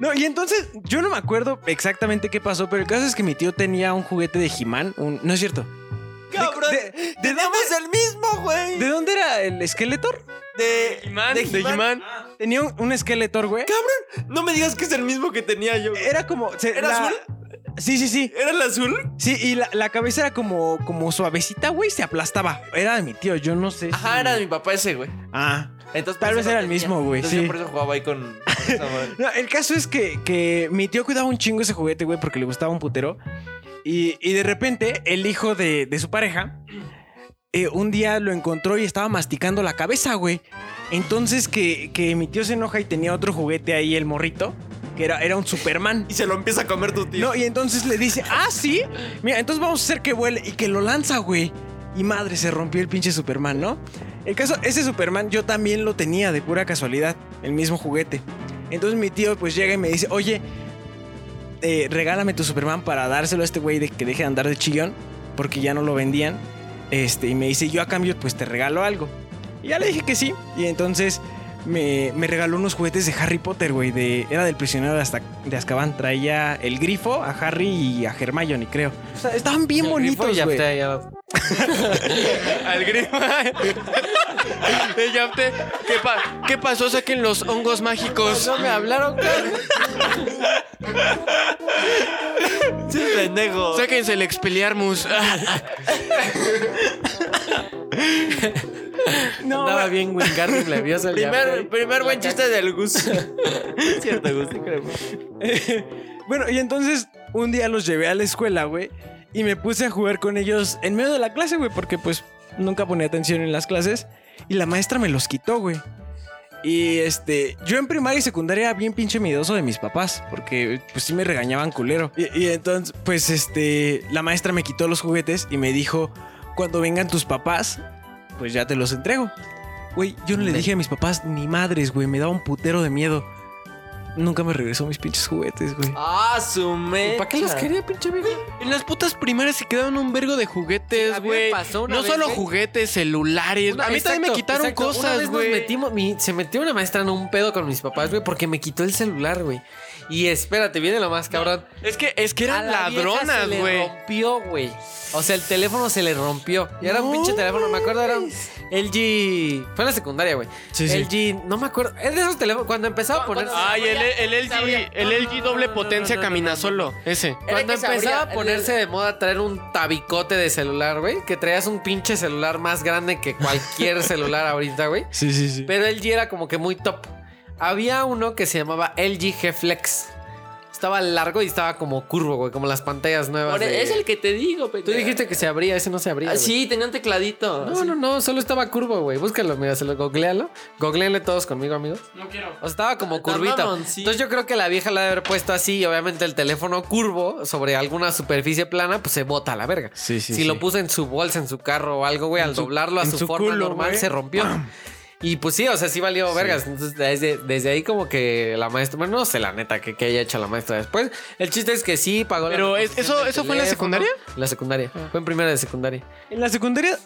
S1: No, y entonces yo no me acuerdo exactamente qué pasó, pero el caso es que mi tío tenía un juguete de He-Man, un- no es cierto.
S4: Cabrón,
S1: de- de
S4: tenemos el mismo, güey.
S1: ¿De dónde era el Skeletor?
S4: De
S3: He-Man,
S4: de
S3: de He-Man.
S1: Tenía un, un Skeletor, güey.
S4: No me digas que es el mismo que tenía yo. güey.
S1: Era como... se-
S4: ¿Era
S1: la-
S4: azul?
S1: Sí, sí, sí.
S4: ¿Era el azul?
S1: Sí, y la, la cabeza era como, como suavecita, güey, se aplastaba. Era de mi tío, yo no sé. si-
S4: Ajá, era de mi papá ese, güey.
S1: Ah.
S4: Entonces,
S1: Tal
S4: por
S1: vez
S4: eso
S1: era
S4: lo
S1: el
S4: tenía.
S1: mismo, güey,
S4: Entonces,
S1: sí.
S4: yo por eso jugaba ahí con, con esa madre.
S1: No, el caso es que, que mi tío cuidaba un chingo ese juguete, güey, porque le gustaba un putero. Y, y de repente, el hijo de, de su pareja, eh, un día lo encontró y estaba masticando la cabeza, güey. Entonces que, que mi tío se enoja y tenía otro juguete ahí, el morrito, que era, era un Superman.
S4: Y se lo empieza a comer tu tío.
S1: No, y entonces le dice, ah, sí. Mira, entonces vamos a hacer que vuele y que lo lanza, güey. Y madre, se rompió el pinche Superman, ¿no? El caso, ese Superman yo también lo tenía de pura casualidad, el mismo juguete. Entonces mi tío pues llega y me dice, oye, eh, regálame tu Superman para dárselo a este güey de que deje de andar de chillón, porque ya no lo vendían. Este, y me dice, yo a cambio pues te regalo algo. Y ya le dije que sí. Y entonces me, me regaló unos juguetes de Harry Potter, güey. De, era del prisionero de, Azta- de Azkaban. Traía el grifo, a Harry y a Hermione, creo. O sea, estaban bien
S2: El grifo
S1: bonitos,
S2: ya
S1: güey.
S2: está, ya-
S3: Al grifo. El Yapte, ¿Qué, pa- ¿Qué pasó? Saquen los hongos mágicos.
S2: No me hablaron, cabrón.
S4: Sí, pendejo.
S3: Ah, Sáquense el Expelliarmus.
S1: No,
S2: Andaba
S1: güey.
S2: bien Wingardium Leviosa. el
S4: Primer,
S2: Yabel.
S4: primer buen chiste del Gus. Es Cierto, Gus, te creo.
S1: Bueno, y entonces un día los llevé a la escuela, güey, y me puse a jugar con ellos en medio de la clase, güey, porque pues nunca ponía atención en las clases y la maestra me los quitó, güey. Y este, yo en primaria y secundaria era bien pinche miedoso de mis papás, porque pues sí me regañaban culero. Y, y entonces, pues este, la maestra me quitó los juguetes y me dijo, cuando vengan tus papás, pues ya te los entrego. Güey, yo no le dije a mis papás ni madres, güey, me daba un putero de miedo. Nunca me regresó mis pinches juguetes, güey.
S4: Ah, su mecha.
S2: ¿Para qué los quería, pinche vieja?
S3: En las putas primarias se quedaron un vergo de
S2: Sí, a
S3: juguetes,
S2: mí me
S3: güey.
S2: pasó una
S3: No
S2: vez,
S3: solo
S2: güey.
S3: juguetes, celulares.
S2: Una-
S3: a mí también
S2: exacto,
S3: me quitaron
S2: exacto. Una
S3: cosas,
S2: vez
S3: güey.
S2: Nos metimos, mi- se metió una maestra en un pedo con mis papás, güey, porque me quitó el celular, güey. Y espérate, viene lo más cabrón.
S3: Es que, es que
S2: A
S3: eran
S2: la vieja
S3: ladronas,
S2: se
S3: güey.
S2: Le rompió, güey. O sea, el teléfono se le rompió. Y era un
S1: No
S2: pinche teléfono, me acuerdo, era un LG. Fue en la secundaria, güey.
S1: Sí, sí.
S2: LG, no me acuerdo. Es de esos teléfonos. Cuando Ah, empezaba a ponerse.
S3: Ay, el, el LG, el LG doble potencia camina solo. Ese.
S2: Cuando
S4: que se
S2: empezaba
S4: abría,
S2: a ponerse
S4: el-
S2: de moda traer un tabicote de celular, güey, que traías un pinche celular más grande que cualquier celular ahorita, güey.
S1: Sí, sí, sí.
S2: Pero LG era como que muy top. Había uno que se llamaba LG G Flex. Estaba largo y estaba como curvo, güey, como las pantallas nuevas.
S4: Por- e,
S2: de-
S4: Es el que te digo, pendejo.
S2: Tú dijiste que se abría, ese no se abría.
S4: Ah,
S2: güey.
S4: sí, tenía un tecladito.
S2: No, no, no, solo estaba curvo, güey. Búscalo, mira, se lo googlealo. Googleale todos conmigo, amigos.
S3: No quiero.
S2: O sea, estaba como
S4: Está
S2: curvito.
S4: mamón, sí.
S2: Entonces yo creo que la vieja la debe haber puesto así y obviamente el teléfono curvo sobre alguna superficie plana, pues se bota a la verga.
S1: Sí, sí,
S2: si
S1: sí.
S2: lo puso en su bolsa, en su carro o algo, güey, al doblarlo a
S1: en
S2: su,
S1: su
S2: forma
S1: culo,
S2: normal
S1: güey.
S2: se rompió. Y pues sí, o sea, sí valió vergas. Entonces, desde, desde ahí como que la maestra... Bueno, no sé la neta que, haya hecho la maestra después. El chiste es que sí pagó la
S3: Pero, ¿es-
S2: reposición
S3: eso-
S2: del
S3: eso fue en la
S2: teléfono.
S3: secundaria? Ah.
S2: La secundaria. Fue en primera de secundaria.
S1: En la secundaria,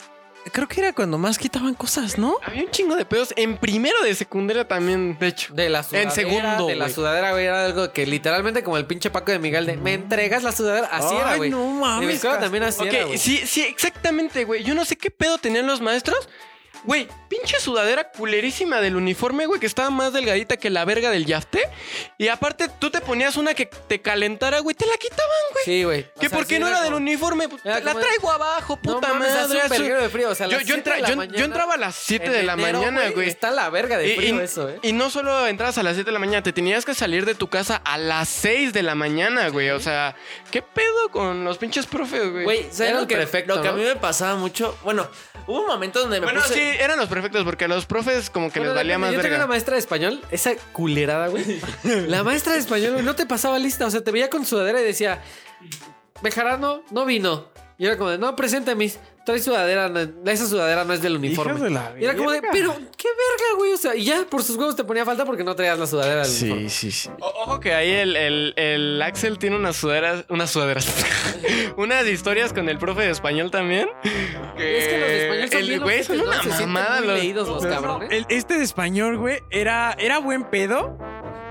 S1: creo que era cuando más quitaban cosas, ¿no?
S3: Había un chingo de pedos en primero de secundaria también, de hecho.
S2: De la sudadera.
S3: En segundo,
S2: De la
S3: güey.
S2: sudadera, güey. Era algo que literalmente como el pinche Paco de Miguel de. ¿Me entregas la sudadera? Así
S1: Ay,
S2: era, güey.
S1: no mames,
S2: De mi escuela
S1: Cas-
S2: también así era,
S3: Ok,
S2: güey.
S3: sí, sí, exactamente, güey. Yo no sé qué pedo tenían los maestros. Güey, pinche sudadera culerísima del uniforme, güey, que estaba más delgadita que la verga del yafte. Y aparte, tú te ponías una que te calentara, güey, te la quitaban, güey.
S2: Sí, güey. O
S3: que
S2: sea,
S3: por qué
S2: sí
S3: no era del
S2: como-
S3: uniforme, Pues,
S2: era
S3: te la
S2: como de-
S3: traigo abajo,
S2: No
S3: puta
S2: mames, hace
S3: madre.
S2: un verguero
S3: hace-
S2: de frío. O sea, a
S3: yo,
S2: las
S3: yo,
S2: siete
S3: entra-
S2: de la
S3: yo- yo
S2: mañana,
S3: entraba a las 7
S2: en
S3: de la
S2: enero,
S3: mañana, güey.
S2: Está la verga de
S3: Y-
S2: frío
S3: y,
S2: eso, eh.
S3: y no solo entras a las 7 de la mañana, te tenías que salir de tu casa a las 6 de la mañana, güey. O sea, ¿qué pedo con los pinches profes, güey?
S4: Güey, ¿sabes
S2: Era
S4: lo
S2: el
S4: que,
S2: prefecto,
S4: lo que a
S2: ¿no?
S4: mí me pasaba mucho? Bueno, hubo un momento donde me
S3: bueno,
S4: puse...
S3: sí, eran los perfectos, porque a los profes como que
S2: Bueno,
S3: les valía
S2: yo
S3: más
S2: tenía una
S3: verga.
S2: maestra de español, esa culerada, güey. La maestra de español güey, no te pasaba lista, o sea, te veía con sudadera y decía, Bejarano no vino. Y era como de, no, presente mis, trae sudadera, no- esa sudadera no es del uniforme.
S1: Hijas de la
S2: y era como de,
S1: verga.
S2: pero, qué verga, güey, o sea, y ya por sus huevos te ponía falta porque no traías la sudadera del uniforme.
S1: sí, sí.
S3: O- Ojo que ahí el, el- el Axel tiene unas sudaderas, unas sudaderas, unas historias con el profe de español también.
S2: Es que los de español son
S3: el
S2: bien
S3: güey
S2: ojetes,
S3: son
S2: ¿no?
S3: una
S2: Se sienten
S3: mamada
S2: muy
S3: los- eh,
S2: leídos los cabrones.
S1: El- este de español, güey, era, era buen pedo,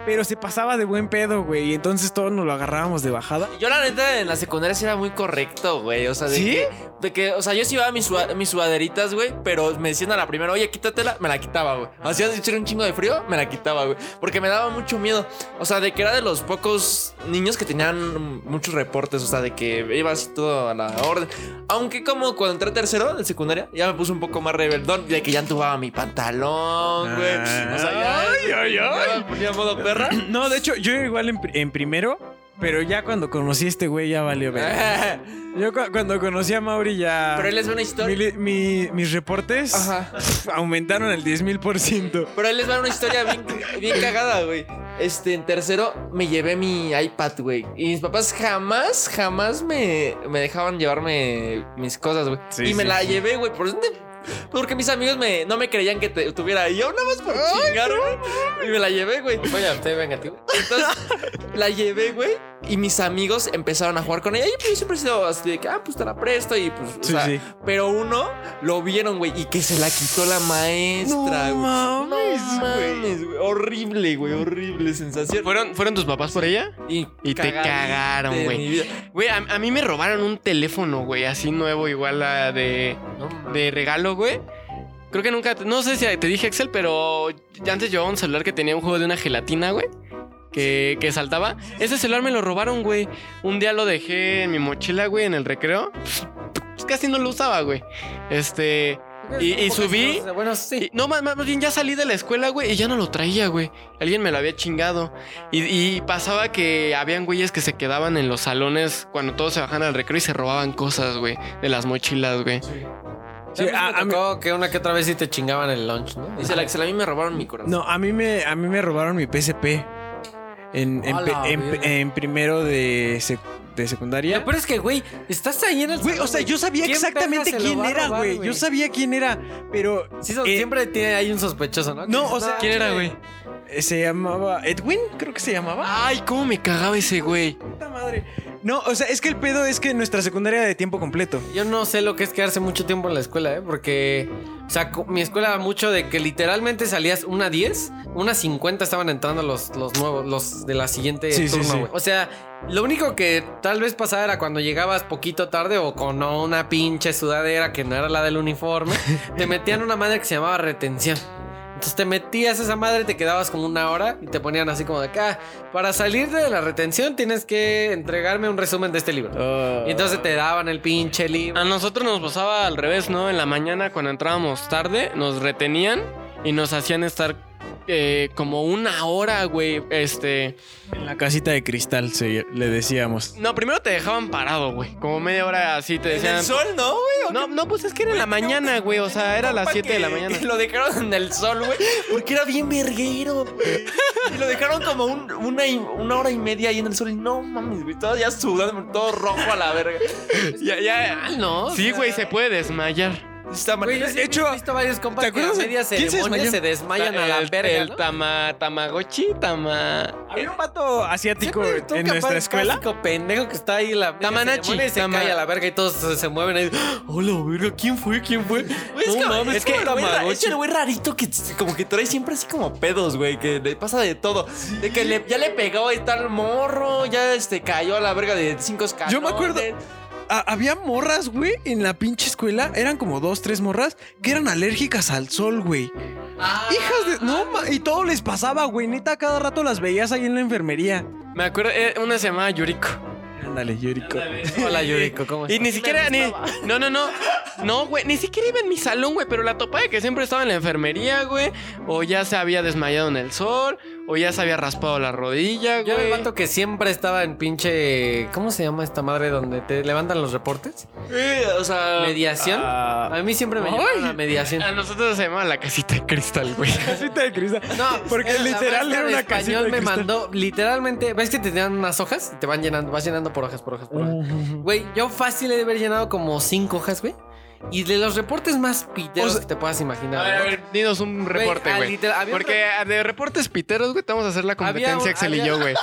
S1: pero se pasaba de buen pedo, güey. Y entonces todos nos lo agarrábamos de bajada.
S4: Yo la neta en la secundaria sí era muy correcto, güey. O sea, de,
S1: ¿Sí?
S4: que, de que, o sea, yo sí iba a mis, sua- mis sudaderitas, güey, pero me decían a la primera, oye, quítatela, me la quitaba, güey. Hacía de echar un chingo de frío, me la quitaba, güey. Porque me daba mucho miedo. O sea, de que era de los pocos niños que tenían muchos reportes, o sea, de que iba así todo a la orden. Aunque como cuando entré a tercero de secundaria, ya me puse un poco más rebeldón, de que ya entubaba mi pantalón, güey.
S2: pues,
S4: pues, O sea, ya,
S1: Ah. Ay, ay, ay.
S4: ya me ponía modo perra.
S1: No, de hecho, yo igual en, pri- en primero, pero ya cuando conocí a este güey ya valió verga. Yo cu- cuando conocí a Mauri ya...
S4: Pero él les va una
S1: mi
S4: historia.
S1: li- mi- mis reportes
S4: Ajá.
S1: aumentaron el 10 mil por ciento.
S4: Pero ahí les va una historia bien, bien cagada, güey. Este, en tercero me llevé mi iPad, güey. Y mis papás jamás, jamás me, me dejaban llevarme mis cosas, güey.
S1: Sí,
S4: y me
S1: sí,
S4: la
S1: sí.
S4: llevé, güey. ¿Por dónde? Porque mis amigos me, no me creían que te, tuviera. Y yo nada más por chingar, güey. Y me la llevé, güey.
S2: Oye, usted venga, tío.
S4: Entonces la llevé, güey. Y mis amigos empezaron a jugar con ella. Y pues, yo siempre he sido así de que, ah, pues te la presto. Y pues, o
S1: Sí,
S4: sea,
S1: sí.
S4: pero uno lo vieron, güey. Y que se la quitó la maestra, güey.
S1: No mames,
S4: No mames, güey. Horrible, güey. Horrible sensación.
S3: ¿Fueron, ¿Fueron tus papás por ella?
S4: y,
S3: Y te cagaron,
S4: de
S3: güey.
S4: mi vida.
S3: Güey, a, a mí me robaron un teléfono, güey, así nuevo, igual a de, de regalo, güey. Creo que nunca, no sé si te dije Excel, pero ya antes llevaba un celular que tenía un juego de una gelatina, güey. Que, que saltaba. Ese celular me lo robaron, güey. Un día lo dejé en mi mochila, güey, en el recreo. Pues, casi no lo usaba, güey. Este. Y- y
S2: Pocas
S3: subí,
S2: cosas. Bueno, sí.
S3: Y- No, más, más más bien ya salí de la escuela, güey, y ya no lo traía, güey. Alguien me lo había chingado. Y, y pasaba que habían güeyes que se quedaban en los salones cuando todos se bajaban al recreo y se robaban cosas, güey, de las mochilas, güey.
S1: Sí,
S2: También
S1: a-
S2: me
S1: a mí-
S2: tocó que una que otra vez sí te chingaban el lunch, ¿no?
S4: Dice la Axel, a mí me robaron mi corazón.
S1: No, a mí me, a mí me robaron mi PSP en, en
S2: A
S1: pe-
S2: la
S1: en-
S2: verga.
S1: en primero de, sec- de secundaria.
S2: Pero es que, güey, estás ahí en el.
S1: Güey, o sea, yo sabía
S2: ¿Quién
S1: exactamente
S2: verga se lo
S1: quién
S2: va a
S1: era,
S2: robar,
S1: güey. Yo sabía quién era, pero
S2: Sí, son-
S1: eh,
S2: siempre tiene, hay un sospechoso, ¿no?
S1: No,
S2: Que
S1: o sea,
S2: está-
S3: ¿Quién era, güey?
S1: eh, se llamaba Edwin, creo que se llamaba.
S3: Ay, cómo me cagaba ese güey.
S2: Ah.
S1: Puta madre. No, o sea, es que el pedo es que nuestra secundaria era de tiempo completo.
S2: Yo no sé lo que es quedarse mucho tiempo en la escuela, ¿eh? Porque, o sea, co- mi escuela era mucho de que literalmente salías una 10, una 50 estaban entrando los, los nuevos, los de la siguiente
S1: Sí, sí,
S2: turno,
S1: sí.
S2: güey. O sea, lo único que tal vez pasaba era cuando llegabas poquito tarde o con una pinche sudadera que no era la del uniforme, te metían una madre que se llamaba retención. Entonces te metías a esa madre, te quedabas como una hora y te ponían así como de acá. Para salir de la retención tienes que entregarme un resumen de este libro. Y entonces te daban el pinche libro.
S3: A nosotros nos pasaba al revés, ¿no? En la mañana, cuando entrábamos tarde, nos retenían y nos hacían estar eh, como una hora, güey. Este.
S1: En la casita de cristal, se- le decíamos.
S3: No, primero te dejaban parado, güey. Como media hora así te
S4: En
S3: decían.
S4: el sol, ¿no, güey? ¿O
S3: No,
S4: qué
S3: no, pues es que era en la mañana, güey. O sea, era a las
S4: compa
S3: 7 de la
S4: que-
S3: mañana.
S4: que Lo dejaron en el sol, güey. Porque era bien verguero, güey. Y lo dejaron como un- una, y- una hora y media ahí en el sol. Y no mames, güey. Todo ya sudando, todo rojo a la verga.
S3: Ya, ya.
S2: Mal, ¿no?
S3: Sí, güey, se puede desmayar.
S4: Está mal.
S2: Güey, yo sí he
S1: hecho,
S2: visto varios compas
S1: ¿te
S2: que a
S1: acuerdas de-
S2: media
S1: quién se
S2: ceremonia
S1: desmayó?
S2: se desmayan a la
S3: el,
S2: verga,
S3: El
S2: ¿no?
S3: tama, tamagotchi, tama.
S1: Había un vato asiático
S2: Siempre toca
S1: en
S2: pa-
S1: nuestra escuela.
S2: clásico pendejo que está ahí en la media
S3: Tamanachi,
S2: ceremonia y se
S3: tama-
S2: cae a la verga y todos se, se mueven ahí. Hola, verga, ¿quién fue? ¿Quién fue?
S4: Güey, es
S2: no
S4: que-
S2: mames,
S4: es que el güey ra- es
S2: Tamagotchi.
S4: el güey rarito que como que trae siempre así como pedos, güey, que le pasa de todo. De que le- ya le pegó ahí tal morro, ya este cayó a la verga de cinco escalones.
S1: Yo me acuerdo- A- Ah, había morras, güey, en la pinche escuela. Eran como dos, tres morras que eran alérgicas al sol, güey.
S3: Ah.
S1: Hijas de. No, ma- y todo les pasaba, güey. Neta, cada rato las veías ahí en la enfermería.
S3: Me acuerdo, eh, una se llamaba Yuriko.
S1: Ándale, Yuriko.
S2: Hola, Yuriko, ¿cómo
S3: Y
S2: estás?
S3: ni siquiera, ni, no, no, no, no, güey, ni siquiera iba en mi salón, güey, pero la topaba de que siempre estaba en la enfermería, güey, o ya se había desmayado en el sol, o ya se había raspado la rodilla,
S2: Yo me
S3: güey.
S2: levanto que siempre estaba en pinche. ¿Cómo se llama esta madre donde te levantan los reportes?
S4: Eh, o
S1: Ah,
S4: sea,
S2: ¿Mediación? a mí siempre me llamaban a mediación.
S3: A nosotros se llamaba la casita de cristal, güey.
S1: Casita de cristal.
S2: No,
S1: Porque
S2: la
S1: literal
S2: maestra
S1: era
S2: de
S1: una casita
S2: español
S1: de
S2: me
S1: cristal.
S2: mandó literalmente, ves que te dan unas hojas y te van llenando, vas llenando por hojas, por hojas, por hojas. Güey, yo fácil he de haber llenado como cinco hojas, güey. Y de los reportes más piteros
S1: O sea-
S2: que te puedas
S3: A
S2: imaginar.
S3: ver, a
S2: güey.
S3: ver, dinos un
S2: Güey,
S3: reporte,
S2: ah,
S3: güey.
S2: literal, había un
S3: Porque ah, de reportes piteros, güey, te vamos a hacer la competencia,
S2: Había un-
S3: Axel y
S2: había-
S3: yo, güey.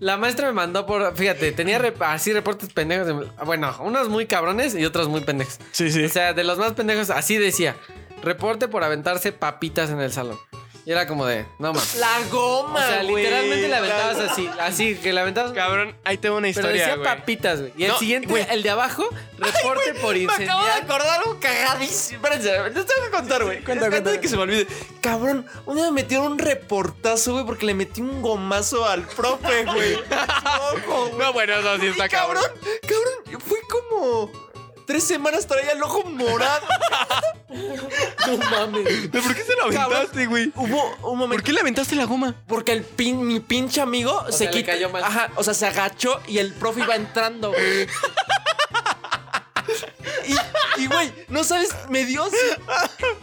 S2: La maestra me mandó por, fíjate, tenía rep- así reportes pendejos, de- bueno, unos muy cabrones y otros muy pendejos.
S1: Sí, sí.
S2: O sea, de los más pendejos, así decía, reporte por aventarse papitas en el salón. Y era como de, no mames.
S4: la
S2: O
S4: goma,
S2: sea,
S4: güey.
S2: literalmente la aventabas así, así, que la aventabas...
S3: Cabrón, ahí te va una
S2: Pero
S3: historia,
S2: decía
S3: güey.
S2: papitas, güey. Y el
S3: No,
S2: siguiente,
S3: güey.
S2: el de abajo, reporte por
S4: Me acabo de
S2: incendiar.
S4: acordar algo cagadísimo. Espérense, les tengo que contar, güey.
S1: cuenta,
S4: Antes
S1: cuenta.
S4: de que se me olvide. Cabrón, una vez me metieron un reportazo, güey, porque le metí un gomazo al profe, güey. Ojo, güey.
S3: No, bueno, no, sí está
S4: Y cabrón, cabrón, fue como tres semanas traía el ojo morado.
S2: No mames.
S3: ¿Pero ¿Por qué se lo
S4: Cabrón.
S3: aventaste, güey?
S4: Hubo un
S3: ¿Por
S4: momento
S3: qué le aventaste la goma?
S4: porque el pin, mi pinche amigo se
S2: sea, le
S4: quitó.
S2: cayó mal.
S4: Ajá, o sea, se agachó y el profe iba entrando, güey. Y, y, güey, no sabes, me dio. así.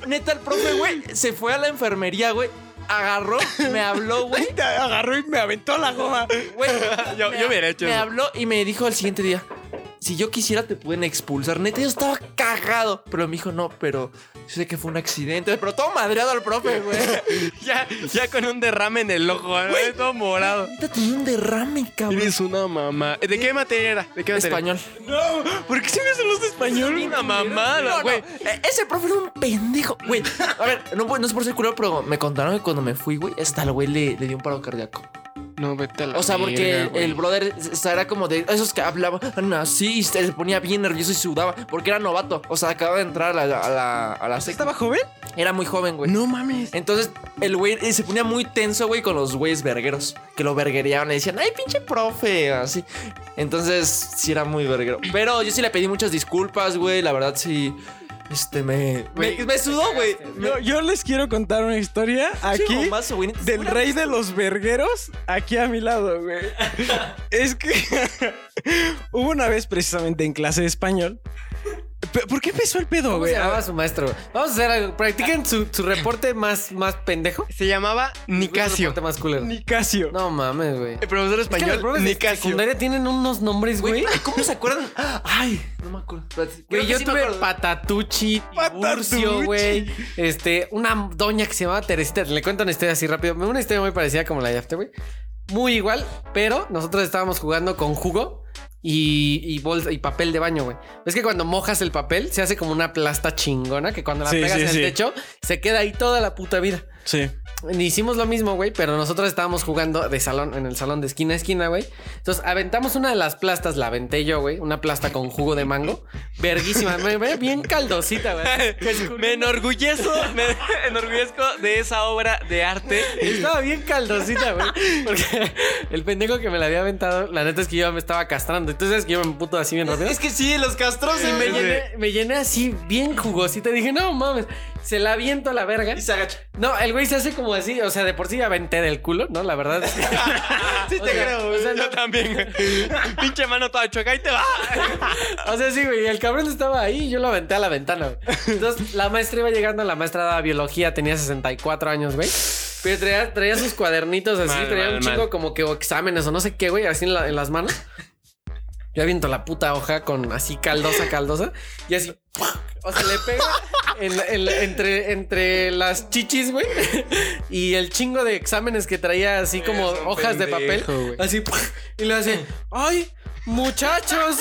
S4: Neta, el profe, güey, se fue a la enfermería, güey. Agarró, me habló, güey.
S1: Te agarró y me aventó la goma.
S4: Güey,
S3: Yo-
S4: me
S3: yo
S4: ha-
S3: hubiera hecho
S4: Me
S3: eso.
S4: habló y me dijo al siguiente día: Si yo quisiera, te pueden expulsar. Neta, yo estaba cagado. Pero me dijo: No, pero yo sé que fue un accidente. Pero todo madreado al profe, güey.
S3: Ya, ya con un derrame en el ojo, ¿no? todo morado.
S4: Neta, tenía un derrame, cabrón.
S3: Eres una mamá. ¿De qué materia era? ¿De qué materia?
S4: Español.
S1: No, ¿por qué se me hacen los de español?
S3: Una
S4: No,
S3: mamada,
S4: no,
S3: güey.
S4: e- Ese profe era un pendejo. Güey, a ver, no, no es por ser culero, pero me contaron que cuando me fui, güey, hasta el güey le, le dio un paro cardíaco.
S3: No, vete a la
S4: O sea, porque
S3: verga,
S4: el,
S3: güey.
S4: el brother s- era como de esos que hablaban así y se ponía bien nervioso y sudaba porque era novato. O sea, acababa de entrar a la, a la, a la secta.
S1: ¿Estaba joven?
S4: Era muy joven,
S3: Pues,
S4: güey.
S1: No mames.
S4: Entonces, el güey eh, se ponía muy tenso, güey, con los güeyes vergueros. Que lo verguereaban y decían, ay, pinche profe, así. Entonces, sí era muy verguero. Pero yo sí le pedí muchas disculpas, güey. La verdad, sí. Este, me. Me, me sudó, güey.
S1: Yo, yo les quiero contar una historia
S4: Pinche
S1: aquí
S4: mamazo, güey, neta,
S1: del
S4: pura-
S1: rey de los vergueros aquí a mi lado, güey. es que hubo una vez precisamente en clase de español. Pe- ¿Por qué empezó el pedo,
S2: ¿Cómo se
S1: güey? Ah,
S2: llamaba su maestro? Vamos a hacer algo. Practiquen su, su reporte más, más pendejo.
S3: Se llamaba
S2: Un
S3: Nicasio.
S2: reporte más culero.
S1: Nicasio.
S2: No mames, güey.
S3: El profesor
S2: Es que los
S3: español,
S2: profes de
S3: Nicasio.
S2: secundaria tienen unos nombres, güey.
S4: Güey, ¿cómo se acuerdan? Ay, no me acuerdo. Espérate, creo
S2: Güey,
S4: que
S2: yo
S4: sí me
S2: tuve
S4: acuerdo.
S2: Patatucci, Tiburcio,
S1: Patatucci.
S2: güey. Este, una doña que se llamaba Teresita. Le cuento una historia así rápido. Una historia muy parecida como la de After, güey. Muy igual, pero nosotros estábamos jugando con jugo y, y, bolsa- y papel de baño, güey. Es que cuando mojas el papel se hace como una plasta chingona que cuando la
S1: Sí,
S2: pegas
S1: sí,
S2: en
S1: sí.
S2: el techo se queda ahí toda la puta vida.
S1: Sí.
S2: Hicimos lo mismo, güey, pero nosotros estábamos jugando de salón, en el salón de esquina a esquina, güey. Entonces aventamos una de las plastas, la aventé yo, güey, una plasta con jugo de mango. Verguísima, me ve bien caldosita, güey.
S3: Me enorgullezo, me enorgullezco de esa obra de arte.
S2: Estaba bien caldosita, güey. Porque el pendejo que me la había aventado, la neta es que yo me estaba castrando. Entonces que yo me puto así bien rápido.
S4: Es que sí, los castros
S2: Y
S4: y
S2: me
S4: me llené.
S2: llené, me llené así bien jugosita. Dije, no mames, se la aviento a la verga.
S4: Y se agacha.
S2: No, el güey se hace como así, o sea, de por sí aventé del culo, ¿no? La verdad. sí,
S4: te creo,
S2: O sea, no-
S3: Yo también, güey. Pinche mano toda chueca y te va.
S2: O sea, sí, güey, el cabrón estaba ahí y yo lo aventé a la ventana, güey. Entonces, la maestra iba llegando, la maestra daba biología, tenía 64 años, güey. Pero traía, traía sus cuadernitos así,
S3: Mal,
S2: traía
S3: mal,
S2: un chingo
S3: mal.
S2: como que o exámenes o no sé qué, güey, así en, la- en las manos. Yo aviento la puta hoja con así caldosa, caldosa. Y así, ¡pua! o sea, le pega en la- en la- entre, entre las chichis, güey. Y el chingo de exámenes que traía así como
S4: Eres un
S2: hojas de
S4: pendejo,
S2: papel.
S4: güey.
S2: Así, ¡pua! y le hace, ¡ay, muchachos!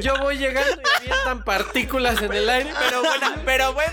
S2: Yo voy llegando y avientan partículas en el aire.
S4: Pero buena, pero buen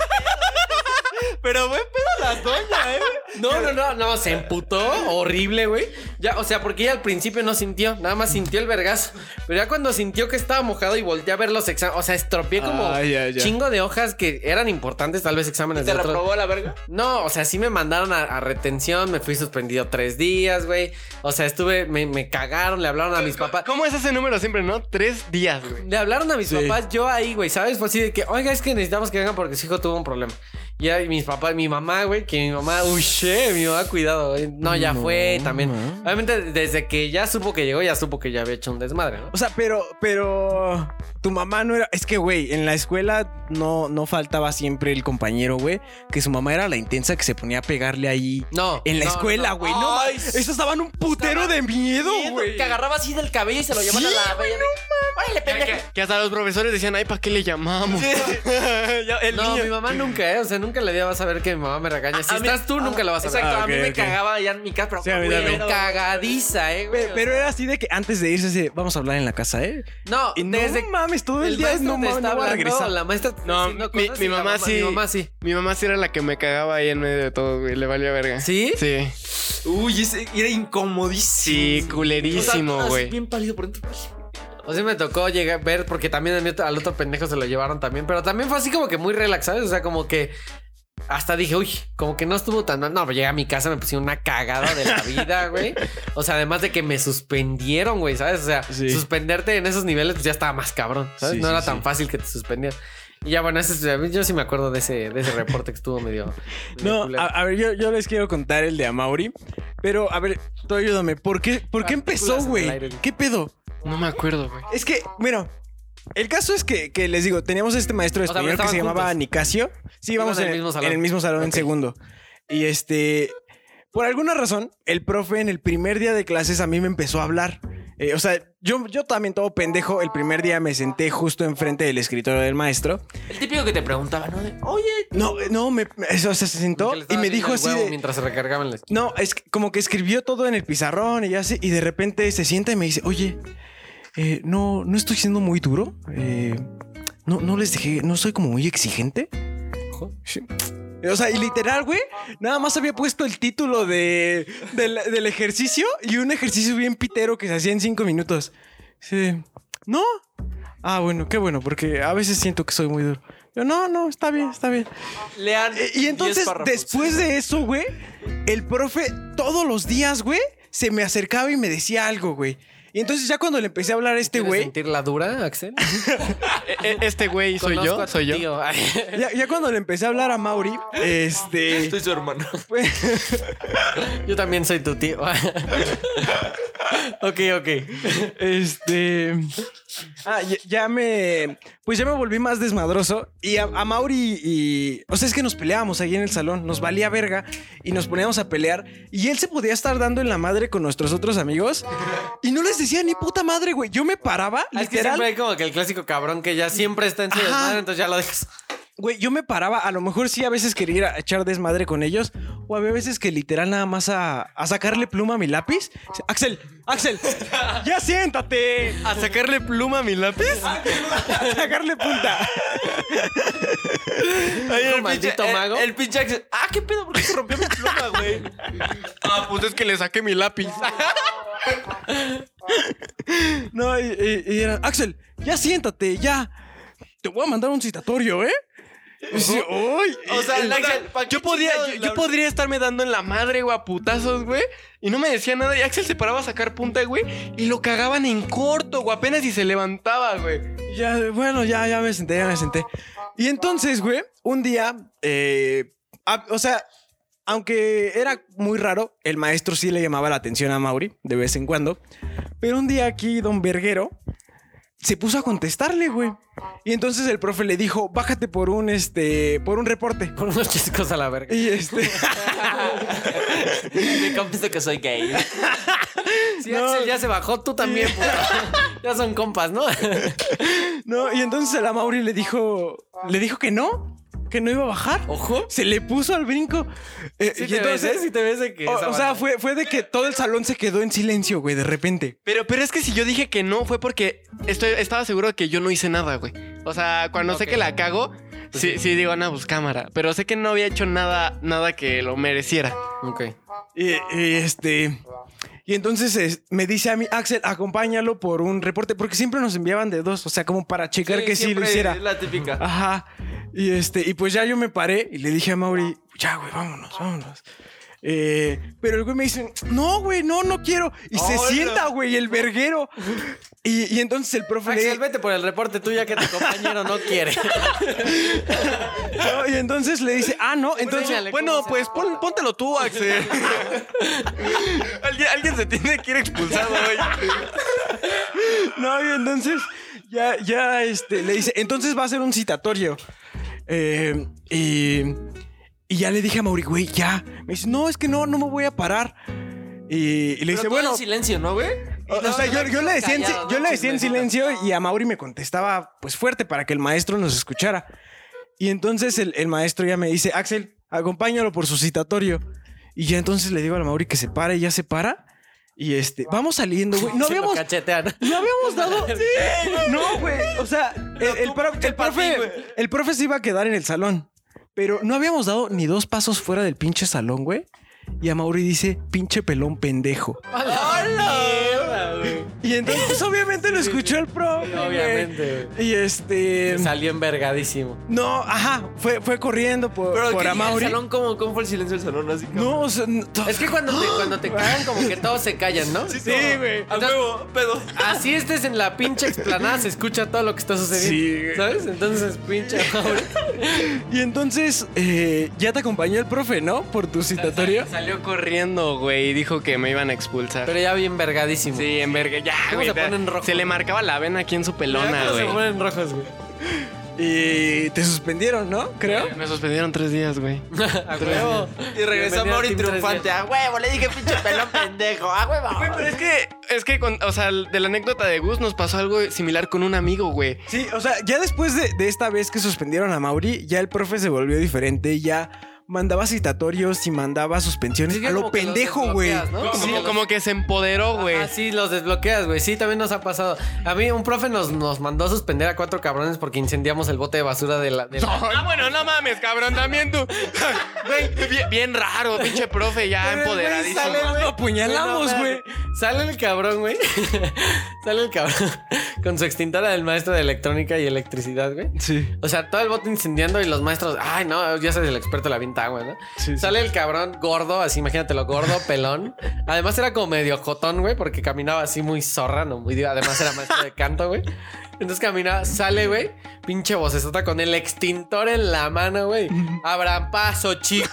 S4: pedo, Pero buen pedo las doñas, eh.
S2: No, no, no, no, se emputó horrible, güey. Ya, o sea, porque ella al principio no sintió, nada más sintió el vergazo. Pero ya cuando sintió que estaba mojado y volteé a ver los exámenes, o sea, estropeé como
S1: Ah, ya, ya.
S2: chingo de hojas que eran importantes, tal vez exámenes
S4: ¿Te
S2: de otros.
S4: reprobó la verga?
S2: No, o sea, sí me mandaron a, a retención, me fui suspendido tres días, güey. O sea, estuve, me, me cagaron, le hablaron a mis papás.
S3: ¿Cómo es ese número siempre, no? Tres días, güey.
S2: Le hablaron a mis
S1: Sí.
S2: papás, yo ahí, güey, ¿sabes? Fue así de que, oiga, es que necesitamos que vengan porque su hijo tuvo un problema. Y ahí mis papás, mi mamá, güey, que mi mamá, uy, che, mi mamá, cuidado, güey. No, ya fue también. Obviamente, desde que ya supo que llegó, ya supo que ya había hecho un desmadre, ¿no?
S1: O sea, pero, pero tu mamá no era. Es que, güey, en la escuela no, no faltaba siempre el compañero, güey, que su mamá era la intensa que se ponía a pegarle ahí.
S2: No,
S1: En la
S2: no,
S1: escuela,
S2: no.
S1: güey. No, ma-
S4: Ay,
S1: esos daban un putero de miedo, güey.
S4: Que agarraba así del cabello y se lo llevaba a la verga. Órale, pendejo.
S3: Que hasta los profesores decían, ay, ¿para qué le llamamos? Ya, el
S2: No,
S3: niño.
S2: mi mamá nunca, ¿eh? O sea, nunca le vas a ver que mi mamá me regaña. Si
S4: A mí-
S2: estás tú, nunca lo vas a ver.
S4: Exacto,
S1: Ah,
S4: a mí
S1: ok,
S4: me
S1: ok.
S4: cagaba ya en mi casa, pero
S1: Sí, a mí
S4: güey,
S1: también.
S4: no.
S2: Cagadiza, ¿eh, güey?
S1: Pe- Pero era así de que antes de irse, así, vamos a hablar en la casa, ¿eh?
S2: No,
S1: Y no
S2: desde
S1: mames, todo el,
S2: el
S1: día
S2: maestro
S1: no
S2: te
S1: mames,
S2: está
S1: no voy a
S2: hablando,
S1: regresar.
S2: la maestra te está
S3: No,
S2: diciendo
S3: mi-
S2: cosas
S3: mi
S2: y la
S3: mamá sí.
S2: Mi mamá sí.
S3: Mi mamá sí era la que me cagaba ahí en medio de todo, güey. Le valía verga.
S2: ¿Sí?
S3: Sí.
S4: Uy, ese era incomodísimo.
S3: Sí, culerísimo,
S4: O sea,
S3: güey.
S4: Bien pálido por dentro.
S2: O sea, me tocó llegar ver, porque también a mí- al otro pendejo se lo llevaron también, pero también fue así como que muy relax, ¿sabes? O sea, como que hasta dije, uy, como que no estuvo tan mal. No, pero llegué a mi casa, me pusieron una cagada de la vida, güey. O sea, además de que me suspendieron, güey, ¿sabes? O sea,
S1: Sí.
S2: suspenderte en esos niveles pues, ya estaba más cabrón, ¿sabes?
S1: Sí,
S2: no
S1: sí,
S2: era
S1: sí.
S2: tan fácil que te suspendieran. Y ya, bueno, ese es- a mí- yo sí me acuerdo de ese, de ese reporte que estuvo medio. medio
S1: No,
S2: culero.
S1: a, a ver, yo, yo les quiero contar el de Amaury. Pero, a ver, tú ayúdame. ¿Por qué, por qué empezó,
S2: Partículas en el
S1: güey?
S2: aire.
S1: ¿Qué pedo?
S3: No me acuerdo, güey.
S1: Es que, bueno, el caso es que, que les digo, teníamos este maestro de
S2: O sea,
S1: español
S2: pero
S1: que se
S2: estaban
S1: llamaba
S2: juntos.
S1: Nicasio. Sí,
S2: Iban
S1: vamos
S2: al
S1: en, el-
S2: mismo salón.
S1: en el mismo salón en segundo. Y este, por alguna razón, el profe en el primer día de clases a mí me empezó a hablar. Eh, o sea, yo, yo también todo pendejo, el primer día me senté justo enfrente del escritorio del maestro.
S4: El típico que te preguntaba, ¿no? De, Oye,
S1: No, no, me, me- o sea, se sentó
S2: Que le
S1: y
S2: estaba
S1: me
S2: viendo
S1: dijo
S2: el
S1: así
S2: huevo
S1: de...
S2: Mientras se recargaban la esquina.
S1: No, es que como que escribió todo en el pizarrón y ya así, y de repente se sienta y me dice, oye, eh, no, no estoy siendo muy duro, eh, no, no les dejé, no soy como muy exigente.
S2: Ojo.
S1: Sí. O sea, y literal, güey, nada más había puesto el título de, del, del ejercicio y un ejercicio bien pitero que se hacía en cinco minutos. Sí. No. Ah, bueno, qué bueno, porque a veces siento que soy muy duro. Yo, no, no, está bien, está bien.
S4: lean.
S1: Eh, Y
S4: diez
S1: entonces,
S4: párrafos".
S1: después de eso, güey, el profe todos los días, güey, se me acercaba y me decía algo, güey. Y entonces ya cuando le empecé a hablar a este
S2: ¿Quieres
S1: güey,
S2: sentir la dura, Axel?
S3: E- e- Este güey soy
S2: Conozco a
S3: yo,
S2: tu
S3: soy yo.
S2: tío.
S1: ya, ya cuando le empecé a hablar a Mauri, este...
S4: Soy su hermano.
S1: pues,
S2: Yo también soy tu tío. ok, ok.
S1: Este. Ah, ya, ya me. Pues ya me volví más desmadroso. Y a, a Mauri y. O sea, es que nos peleábamos ahí en el salón. Nos valía verga. Y nos poníamos a pelear. Y él se podía estar dando en la madre con nuestros otros amigos. Y no les decía ni puta madre, güey. Yo me paraba,
S2: Es que
S1: literal.
S2: siempre hay como que el clásico cabrón que ya siempre está en su
S1: Ajá.
S2: desmadre, entonces ya lo dejas.
S1: Güey, yo me paraba. A lo mejor sí a veces quería ir a echar desmadre con ellos. O había veces que literal nada más a, a sacarle pluma a mi lápiz. Axel, Axel, ya siéntate.
S3: ¿A sacarle pluma a mi lápiz?
S1: A sacarle punta.
S4: Ay,
S2: Hijo maldito
S1: eh,
S4: pinche-
S2: mago.
S4: El, el pinche Axel. Ah, qué pedo, ¿por qué se rompió mi pluma, güey?
S3: Ah, pues es que le saqué mi lápiz.
S1: No, y, y- y era, Axel, ya siéntate, ya. Te voy a mandar un citatorio, ¿eh? Y sí, "Ay". eh,
S4: O sea, el Axel. ¿pa'
S3: Yo
S4: qué
S3: podría,
S4: chingados
S3: yo,
S4: la-
S3: yo podría estarme dando en la madre, güey, a putazos, güey. Y no me decía nada. Y Axel se paraba a sacar punta, güey. Y lo cagaban en corto, güey. Apenas y se levantaba, güey.
S1: Ya, bueno, ya, ya me senté, ya me senté. Y entonces, güey, un día, eh, a- o sea, aunque era muy raro, el maestro sí le llamaba la atención a Mauri de vez en cuando. Pero un día aquí, don Verguero se puso a contestarle, güey. Y entonces el profe le dijo, bájate por un, este, por un reporte.
S2: Por unos chiscos a la verga.
S1: Y este...
S4: Me confieso que soy gay.
S2: Si Axel ya se bajó, tú también. puto. ya son compas, ¿no?
S1: No, y entonces a la Mauri le dijo, le dijo que no, que no iba a bajar.
S2: Ojo.
S1: Se le puso al brinco. Eh,
S2: Si
S1: y
S2: te
S1: entonces,
S2: ves, ¿eh? Si te ves de que.
S1: o,
S2: esa
S1: o sea,
S2: banda.
S1: fue, fue de que todo el salón se quedó en silencio, güey, de repente.
S3: Pero, pero es que si yo dije que no, fue porque estoy, estaba seguro de que yo no hice nada, güey. O sea, cuando
S2: Ok.
S3: sé que la cago, sí, sí digo, no, pues cámara. Pero sé que no había hecho nada, nada que lo mereciera.
S2: Ok.
S1: Y, y, este. Y entonces es- me dice a mí, Axel, acompáñalo por un reporte, porque siempre nos enviaban de dos, o sea, como para checar que sí lo
S4: siempre
S1: hiciera.
S4: Es la típica.
S1: Ajá. Y este, y pues ya yo me paré y le dije a Mauri, ya, güey, vámonos, vámonos. Eh, pero el güey me dice, no, güey, no, no quiero. Y se
S4: Hola.
S1: sienta, güey, el verguero. Y, y entonces el
S4: Ah,
S1: profe le-
S2: Axel, vete por el reporte tú ya que tu compañero no quiere.
S1: no, y entonces le dice, ah, no, entonces.
S2: Enséñale
S3: Bueno,
S2: cómo se
S3: pues pon- póntelo tú, Axel. alguien, alguien se tiene que ir expulsado hoy.
S1: No, y entonces ya, ya, este, le dice, entonces va a ser un citatorio. Eh, y, y ya le dije a Mauri, güey, ya. Me dice, no, es que no, no me voy a parar. Y, y le dice, bueno.
S4: en silencio, ¿no, güey?
S1: O, o sea, yo, yo le decía, en, si-
S4: Callado,
S1: yo
S4: ¿no?
S1: le decía en
S4: Chismecito.
S1: silencio y a Mauri me contestaba pues fuerte para que el maestro nos escuchara. Y entonces el, el maestro ya me dice, Axel, acompáñalo por su citatorio. Y ya entonces le digo a la Mauri que se pare y ya se para. Y este, vamos saliendo, güey. No
S2: Se lo
S1: habíamos,
S2: cachetean.
S1: no habíamos dado. No, güey. O sea, el, el pro- el profe, el profe se iba a quedar en el salón. Pero no habíamos dado ni dos pasos fuera del pinche salón, güey. Y a Mauri dice, pinche pelón pendejo. Y entonces, pues, obviamente lo escuchó el profe. güey.
S2: obviamente,
S1: Y este.
S2: Salió envergadísimo.
S1: No, ajá. Fue, fue corriendo por,
S4: Pero
S1: por
S4: ¿qué-
S1: Amauri.
S4: el salón, ¿cómo, ¿cómo fue el silencio del salón? Así como...
S1: No, o sea, no, to-
S2: Es que cuando te, cuando te cagan, como que todos se callan, ¿no?
S4: Sí, güey. A huevo, pedo.
S2: Así estés en la pinche explanada, se escucha todo lo que está
S1: Sí,
S2: sucediendo.
S1: güey.
S2: ¿Sabes? Entonces, pinche.
S1: Y entonces, eh, ya te acompañó el profe, ¿no? Por tu citatorio.
S3: Salió corriendo, güey, y dijo que me iban a expulsar.
S2: Pero ya bien vergadísimo.
S3: Sí, en verga, ya,
S2: ¿Cómo
S3: güey,
S2: se
S3: te-
S2: ponen rojos?
S3: Se le marcaba la vena aquí en su pelona,
S2: se
S3: güey.
S2: ponen rojos, güey.
S1: Y te suspendieron, ¿no? Creo.
S3: Me suspendieron tres días, güey.
S2: A huevo.
S4: Y regresó
S2: Bienvenido
S4: Mauri
S2: al Team
S4: triunfante. A huevo, le dije pinche pelón pendejo. A
S3: Güey,
S4: huevo.
S3: pero es que, es que, con- o sea, de la anécdota de Gus nos pasó algo similar con un amigo, güey.
S1: Sí, o sea, ya después de, de esta vez que suspendieron a Mauri, ya el profe se volvió diferente, ya mandaba citatorios y mandaba suspensiones.
S2: Sí,
S1: a lo
S2: como que los
S1: pendejo, güey.
S2: desbloqueas, ¿no?
S3: Como,
S2: Como que
S3: como que se empoderó, güey.
S2: Ah, sí, los desbloqueas, güey. Sí, también nos ha pasado. A mí un profe nos, nos mandó a suspender a cuatro cabrones porque incendiamos el bote de basura de la... de la-
S3: Ah, bueno, no mames, cabrón, también tú. Güey, bien, bien raro, pinche profe, ya
S2: Pero el güey
S3: empoderadísimo.
S2: sale, güey.
S1: Lo apuñalamos,
S2: No,
S1: güey.
S2: espérate. Sale el cabrón, güey. sale el cabrón con su extintora del maestro de electrónica y electricidad, güey.
S1: Sí.
S2: O sea, todo el bote incendiando y los maestros, ay, no, ya soy el experto de la avienta agua, ¿no?
S1: Sí, sí.
S2: Sale el cabrón gordo, así imagínatelo, gordo, pelón. Además era como medio cotón, güey, porque caminaba así muy zorra, ¿no? Muy, además era maestro de canto, güey. Entonces camina, sale, güey, pinche vocesota con el extintor en la mano, güey. Abran paso, chicos.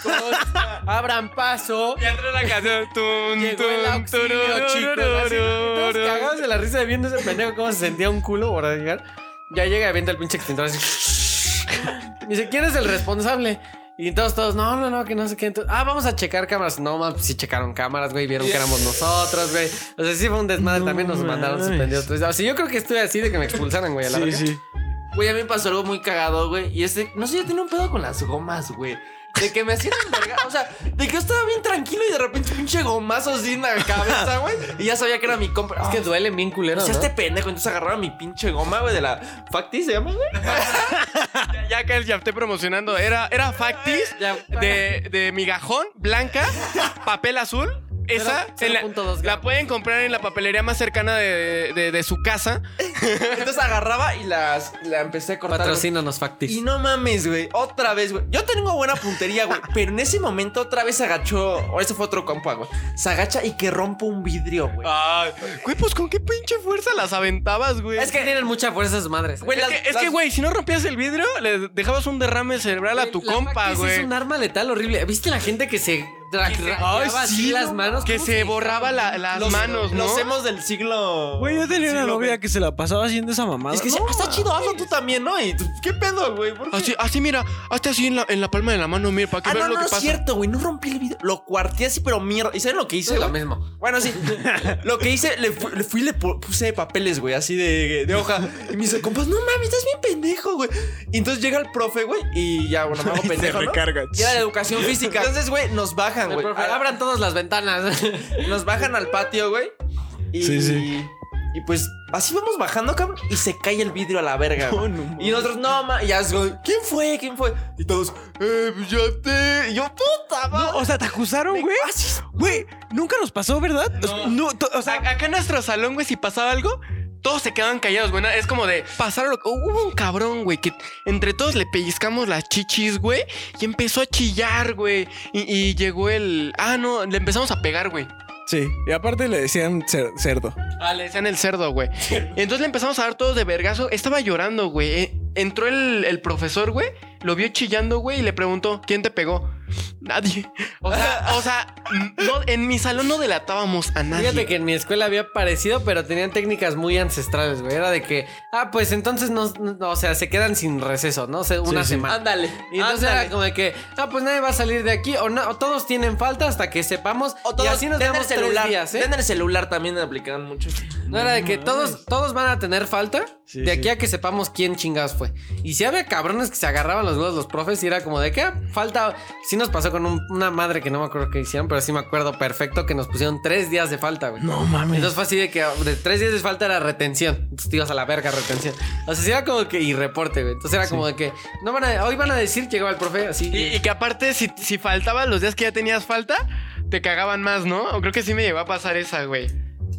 S2: Abran paso.
S3: Ya entró la canción. Tun,
S2: Llegó el
S3: tun,
S2: auxilio,
S3: tururú,
S2: chicos. Así, todos
S3: tururú.
S2: cagados de la risa de viendo ese pendejo cómo se sentía un culo por llegar. Ya llega y avienta el pinche extintor así. Y dice, ¿quién es el responsable? Y todos, todos, no, no, no, que no sé qué. Entonces, ah, vamos a checar cámaras. No, mames, sí checaron cámaras, güey. Vieron que éramos nosotros, güey. O sea, sí fue un desmadre.
S1: No
S2: También nos mandaron
S1: mames.
S2: suspendidos. tres- O sea, yo creo que estuve así de que me expulsaran, güey, a la
S1: Sí,
S2: verga.
S1: sí.
S4: Güey, a mí me pasó algo muy cagado, güey. Y este, no sé, yo tenía un pedo con las gomas, güey. De que me hacían verga. O sea, de que yo estaba bien tranquilo y de repente pinche gomazo así en la cabeza, güey. Y ya sabía que era mi compra.
S2: Es que duele bien culero,
S4: O sea,
S2: ¿no?
S4: este pendejo, entonces agarraba mi pinche goma, güey, de la Facti, ¿se llama, güey?
S3: Ya- Ya que ya esté promocionando. Era, era Factis
S2: Ya.
S3: de, de migajón, blanca, papel azul. Esa
S2: Cero-
S3: en la-
S2: 0.2
S3: la,
S2: gramos.
S3: pueden comprar en la papelería más cercana de, de- de su casa.
S4: Entonces agarraba y las, la empecé a cortar. güey.
S2: Patrocínanos, Factis.
S4: Y no mames, güey. Otra vez, güey. Yo tengo buena puntería, güey. Pero en ese momento otra vez se agachó. O ese fue otro compa, güey. Se agacha y que rompa un vidrio, güey.
S3: Ay, güey, pues con qué pinche fuerza las aventabas, güey.
S2: Es que tienen mucha fuerza sus madres. ¿eh?
S4: Güey,
S3: Es
S4: las-
S3: que- es
S4: las-
S3: que, güey, si no rompías el vidrio, le dejabas un derrame cerebral a tu
S2: La
S3: compa,
S2: Factis
S3: güey.
S2: Es un arma letal horrible. ¿Viste la gente que se ra- raqueaba
S3: Ay,
S2: así
S3: sí,
S2: las
S3: no,
S2: manos?
S3: Que
S2: ¿Cómo
S3: se borraba la- las
S4: los-
S3: manos, ¿no?
S4: Los hemos del siglo.
S1: Güey, yo tenía una
S4: siglo
S1: novia
S4: veinte.
S1: que se la pasaba haciendo esa mamada.
S4: Es que dice,
S1: No,
S4: "Ah, está chido, hazlo tú también, ¿no? Y tú, ¿qué pedo, güey? ¿Por qué?
S3: Así, así, mira, hazte así en la, en la palma de la mano, mira, para que
S4: Ah,
S3: veas
S4: no,
S3: lo
S4: no,
S3: que
S4: es
S3: pasa.
S4: cierto, güey. No rompí el vidrio. Lo cuarté así, pero mierda. ¿Y saben lo que hice,
S2: Hice lo
S4: güey?
S2: mismo.
S4: Bueno, sí. Lo que hice, le, fu- le fui y le pu- puse papeles, güey, así de, de hoja. Y me dice, compas, no mames, estás bien pendejo, güey. Y entonces llega el profe, güey, y ya, bueno, me hago pendejo. ¿no?
S1: recarga.
S4: Y era de educación física. Entonces, güey, nos bajan, güey.
S2: Profe, abran todas las ventanas.
S4: Nos bajan al patio, güey. Y,
S1: Sí, sí.
S4: Y pues así vamos bajando, cabrón. Y se cae el vidrio a la verga. güey.
S1: no,
S4: y nosotros, no, ma. Y ya es, güey, ¿quién fue? ¿Quién fue? Y todos, eh, pues ya te. Y yo, puta,
S1: No,
S4: madre.
S1: o sea, te acusaron, güey. Güey, nunca nos pasó, ¿verdad? No, to- o
S3: O sea,
S1: sea,
S3: acá en nuestro salón, güey, si pasaba algo, todos se quedaban callados, güey. ¿no? Es como de pasaron lo que. Hubo un cabrón, güey, que entre todos le pellizcamos las chichis, güey, y empezó a chillar, güey. Y, y llegó el. Ah, no, le empezamos a pegar, güey.
S1: sí. Y aparte le decían cer- cerdo.
S3: Ah, le decían el cerdo, güey. Entonces le empezamos a dar todos de vergazo. Estaba llorando, güey. Eh, Entró el, el profesor, güey. Lo vio chillando, güey, y le preguntó, ¿quién te pegó? Nadie. O sea, o sea, no- en mi salón no delatábamos a nadie.
S2: Fíjate que en mi escuela había parecido, pero tenían técnicas muy ancestrales, güey. Era de que, ah, pues entonces no, no, o sea, se quedan sin receso, ¿no? O sea, una
S1: sí.
S2: semana.
S4: Ándale.
S2: Y entonces era
S4: ándale.
S2: como de que, ah, pues nadie va a salir de aquí, o, no, o todos tienen falta hasta que sepamos.
S4: O todos
S2: y así nos
S4: ten
S2: damos
S4: el celular.
S2: tres días, ¿eh?
S4: ten el celular también aplicaban mucho.
S2: No era de que todos, todos van a tener falta
S1: Sí,
S2: de aquí
S1: sí.
S2: a que sepamos quién chingados fue. Y si había cabrones que se agarraban los huevos los profes y era como de que ah, falta. Sí nos pasó con un- una madre que no me acuerdo qué hicieron, pero sí me acuerdo perfecto que nos pusieron tres días de falta, güey.
S1: No mames.
S2: Entonces fue así de que de tres días de falta era retención. Entonces te ibas a la verga retención. O sea, sí era como que y reporte, güey. Entonces era como de que no van a, hoy van a decir llegaba el profe así.
S3: Y, y que aparte, si, si faltaban los días que ya tenías falta, te cagaban más, ¿no? O creo que sí me llegó a pasar esa, güey.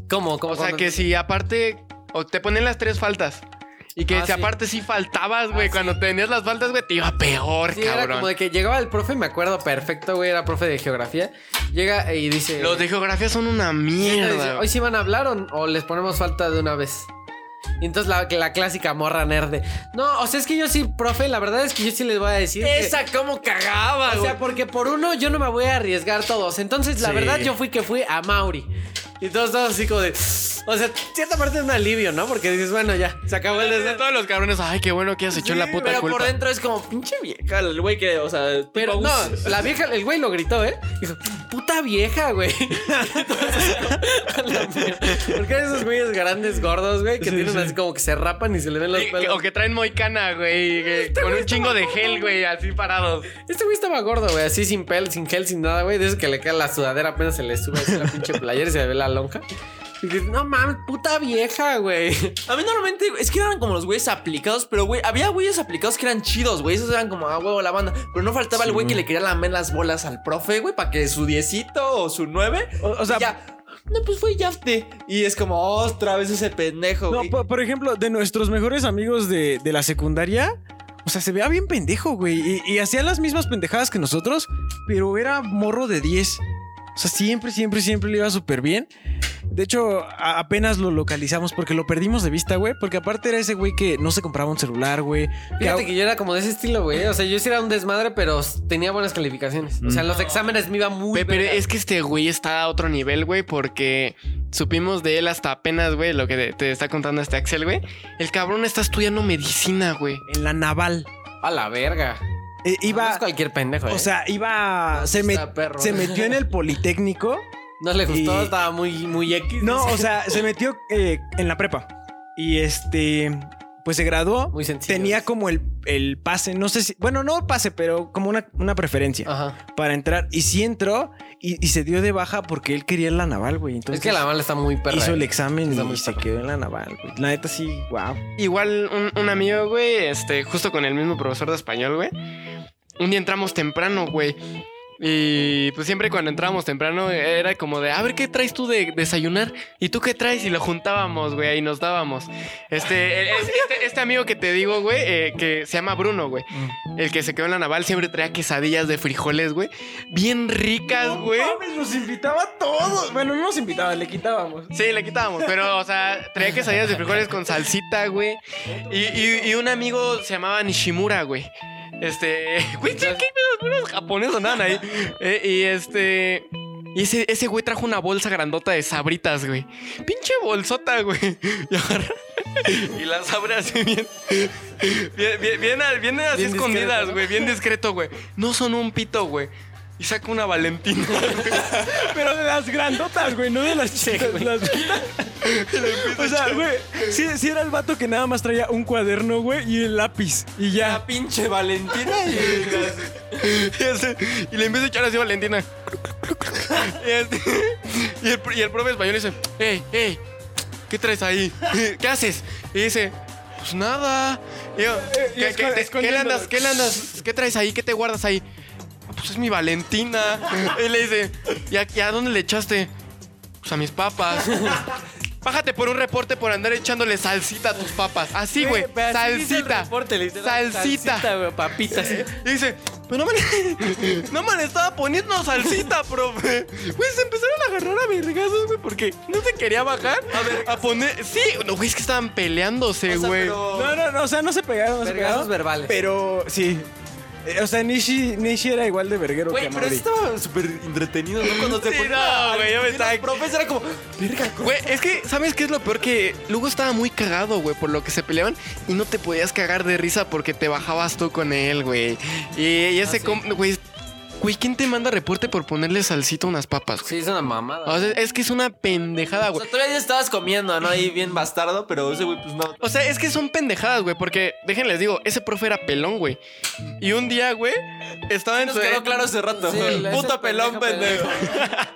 S2: ¿Cómo? ¿Cómo?
S3: O sea,
S2: ¿Cómo?
S3: que si aparte, o te ponen las tres faltas. Y que
S2: Ah,
S3: si
S2: sí. Ah,
S3: aparte sí faltabas, güey, cuando tenías las faltas, güey, te iba peor,
S2: Sí, era
S3: cabrón.
S2: como de que llegaba el profe, me acuerdo perfecto, güey, era profe de geografía. Llega e, y dice...
S3: Los de geografía son una
S2: Entonces,
S3: mierda.
S2: Hoy
S3: güey.
S2: sí van a hablar o, o les ponemos falta de una vez. Y entonces la, la clásica morra nerd. de, No, o sea, es que yo sí, profe, la verdad es que yo sí les voy a decir. que-
S4: Esa, cómo cagaba,
S2: o
S4: güey.
S2: sea, porque por uno yo no me voy a arriesgar todos. Entonces, la
S3: Sí.
S2: verdad, yo fui que fui a Mauri. Y todos, todos así como de. O sea, cierta parte es un alivio, ¿no? Porque dices, bueno, ya, se acabó el desastre.
S3: Todos los cabrones, ay, qué bueno que ya se echó
S4: Sí,
S3: la puta
S4: Pero
S3: culpa.
S4: por dentro es como pinche vieja, el güey que, o sea,
S2: Pero
S4: tipo,
S2: no,
S4: us-
S2: la vieja, el güey lo gritó, ¿eh? Dijo, puta vieja, güey. Entonces, a la mierda. Porque hay esos güeyes grandes, gordos, güey, que tienen así como que se rapan y se le ven los
S3: Y- que-
S2: pelos.
S3: o que traen moicana, güey, que- con un chingo de gel, güey, así parados.
S2: Este güey estaba gordo, güey, así sin pel, sin gel, sin nada, güey. De eso que le cae la sudadera, apenas se le sube así la pinche playera y se le ve la lonja. Y dices, no mames, puta vieja, güey.
S4: A mí normalmente es que eran como los güeyes aplicados, pero güey, había güeyes aplicados que eran chidos, güey. Esos eran como ah, huevo la banda. Pero no faltaba el güey que le quería lamer las bolas al profe, güey, para que su diecito o su nueve.
S1: O- o sea,
S4: y ya. No, pues fue yafte. Y es como, otra vez ese pendejo,
S1: No, pues,
S4: güey.
S1: po- por ejemplo, de nuestros mejores amigos de, de la secundaria, o O sea, se veía bien pendejo, güey. Y, y hacía las mismas pendejadas que nosotros, pero era morro de 10. O sea, siempre, siempre, siempre le iba súper bien. De hecho, a- apenas lo localizamos porque lo perdimos de vista, güey. Porque aparte era ese güey que no se compraba un celular, güey.
S2: Fíjate que yo era como de ese estilo, güey. O sea, yo sí era un desmadre, pero tenía buenas calificaciones. O sea, en los exámenes me iba muy
S3: Güey, pero
S2: verga.
S3: es que este güey está a otro nivel, güey, porque supimos de él hasta apenas, güey, lo que te, te está contando este Axel, güey. El cabrón está estudiando medicina, güey.
S1: En la naval.
S2: A la verga.
S1: Eh,
S2: No
S1: iba.
S2: es cualquier pendejo,
S1: O
S2: ¿eh?
S1: sea, iba.
S2: No,
S1: Se,
S2: sí
S1: met-
S2: Pues está perro. eh.
S1: se metió en el Politécnico.
S2: No le gustó,
S1: y-
S2: estaba muy, muy X.
S1: No, o sea, se metió eh, en la prepa. Y este. Pues se graduó.
S2: Muy sencillo.
S1: Tenía como el, el pase, no sé si. Bueno, no pase, pero como una, una preferencia
S2: Ajá.
S1: para entrar. Y sí entró y, y se dio de baja porque él quería la naval, güey.
S2: Es
S1: Entonces
S2: que la mala está muy perra.
S1: hizo
S2: ¿eh?
S1: el examen
S2: Está
S1: y
S2: muy
S1: se
S2: perra.
S1: quedó en la naval, güey. La neta sí, wow.
S3: Igual un, un amigo, güey, este, justo con el mismo profesor de español, güey. Un día entramos temprano, güey. Y pues siempre cuando entrábamos temprano era como de, a ver, ¿qué traes tú de desayunar? ¿Y tú qué traes? Y lo juntábamos, güey, y nos dábamos. Este, el- es- este, este amigo que te digo, güey, eh, que se llama Bruno, güey. El que se quedó en la naval siempre traía quesadillas de frijoles, güey. Bien ricas, güey.
S1: nos invitaba a todos. Bueno, no nos invitaba, le quitábamos.
S3: Sí, le quitábamos, pero, o sea, traía quesadillas de frijoles con salsita, güey. Y, y- y un amigo se llamaba Nishimura, güey. Este, güey, ¿qué pedo? Unos japoneses andaban ahí. Eh, y este, y ese, ese güey trajo una bolsa grandota de sabritas, güey. Pinche bolsota, güey. Y, agarra- y las abre así bien. Bien, bien, bien, bien así
S2: Bien discreto,
S3: escondidas,
S2: ¿no?
S3: güey. Bien discreto, güey. No son un pito, güey. Y saca una Valentina.
S1: Pero de las grandotas, güey, no de las chicas. las- o sea, güey, sí, sí era el vato que nada más traía un cuaderno, güey, y el lápiz. Y ya.
S4: pinche Valentina.
S3: Y, este, y le empieza a echar así a Valentina. Y, este, y el, y el profe español dice, hey, hey, ¿qué traes ahí? ¿Qué haces? Y dice, pues nada. Y yo,
S2: Eh,
S1: y
S3: ¿qué,
S1: esco-
S3: qué- qué le
S1: escondiéndolo.
S3: andas? ¿Qué le andas? ¿Qué traes ahí? ¿Qué te guardas ahí? "Ah, Pues es mi Valentina. Y le dice, ¿y a, y a dónde le echaste? Pues a mis papas. Bájate por un reporte por andar echándole salsita a tus papas. Así, güey.
S2: Pero así dice el
S3: Salsita.
S2: reporte, literal,
S3: Salsita.
S2: Salsita, güey, papitas.
S3: Y dice, pero no me, no me le estaba poniendo salsita, profe. Güey, se empezaron a agarrar a vergazos, güey, porque no se quería bajar a, poner. Sí, no, güey, es que estaban peleándose, güey.
S1: No, no, no, o sea, no se pegaron, no se
S2: Vergazos
S1: pegaron.
S2: verbales.
S1: Pero sí. Eh, O sea, Nishi, Nishi era igual de verguero que
S4: Güey, pero
S1: Amaury.
S4: estaba súper entretenido, ¿no? Cuando te
S3: Sí, no,
S4: ponían a-
S3: güey, yo me
S4: los
S3: estaba-
S4: profes era como, verga,
S3: Güey, es que, ¿sabes qué es lo peor? Que Lugo estaba muy cagado, güey, por lo que se peleaban y no te podías cagar de risa porque te bajabas tú con él, güey. Y, y
S2: sí.
S3: ese, com- güey, güey, ¿quién te manda reporte por ponerle salsita a unas papas, güey?
S2: Sí, es una mamada.
S3: O sea, es que es una pendejada,
S4: O
S3: güey.
S4: sea, todavía estabas comiendo, ¿no? Ahí bien bastardo, pero ese güey, pues no.
S3: O sea, es que son pendejadas, güey, porque déjenles digo, ese profe era pelón, güey. Y un día, güey, estaba en
S4: Nos
S3: su e-,
S4: quedó claro hace rato.
S2: Sí,
S4: güey.
S2: el- ese
S4: Puto pelón,
S2: pendejo,
S4: pendejo.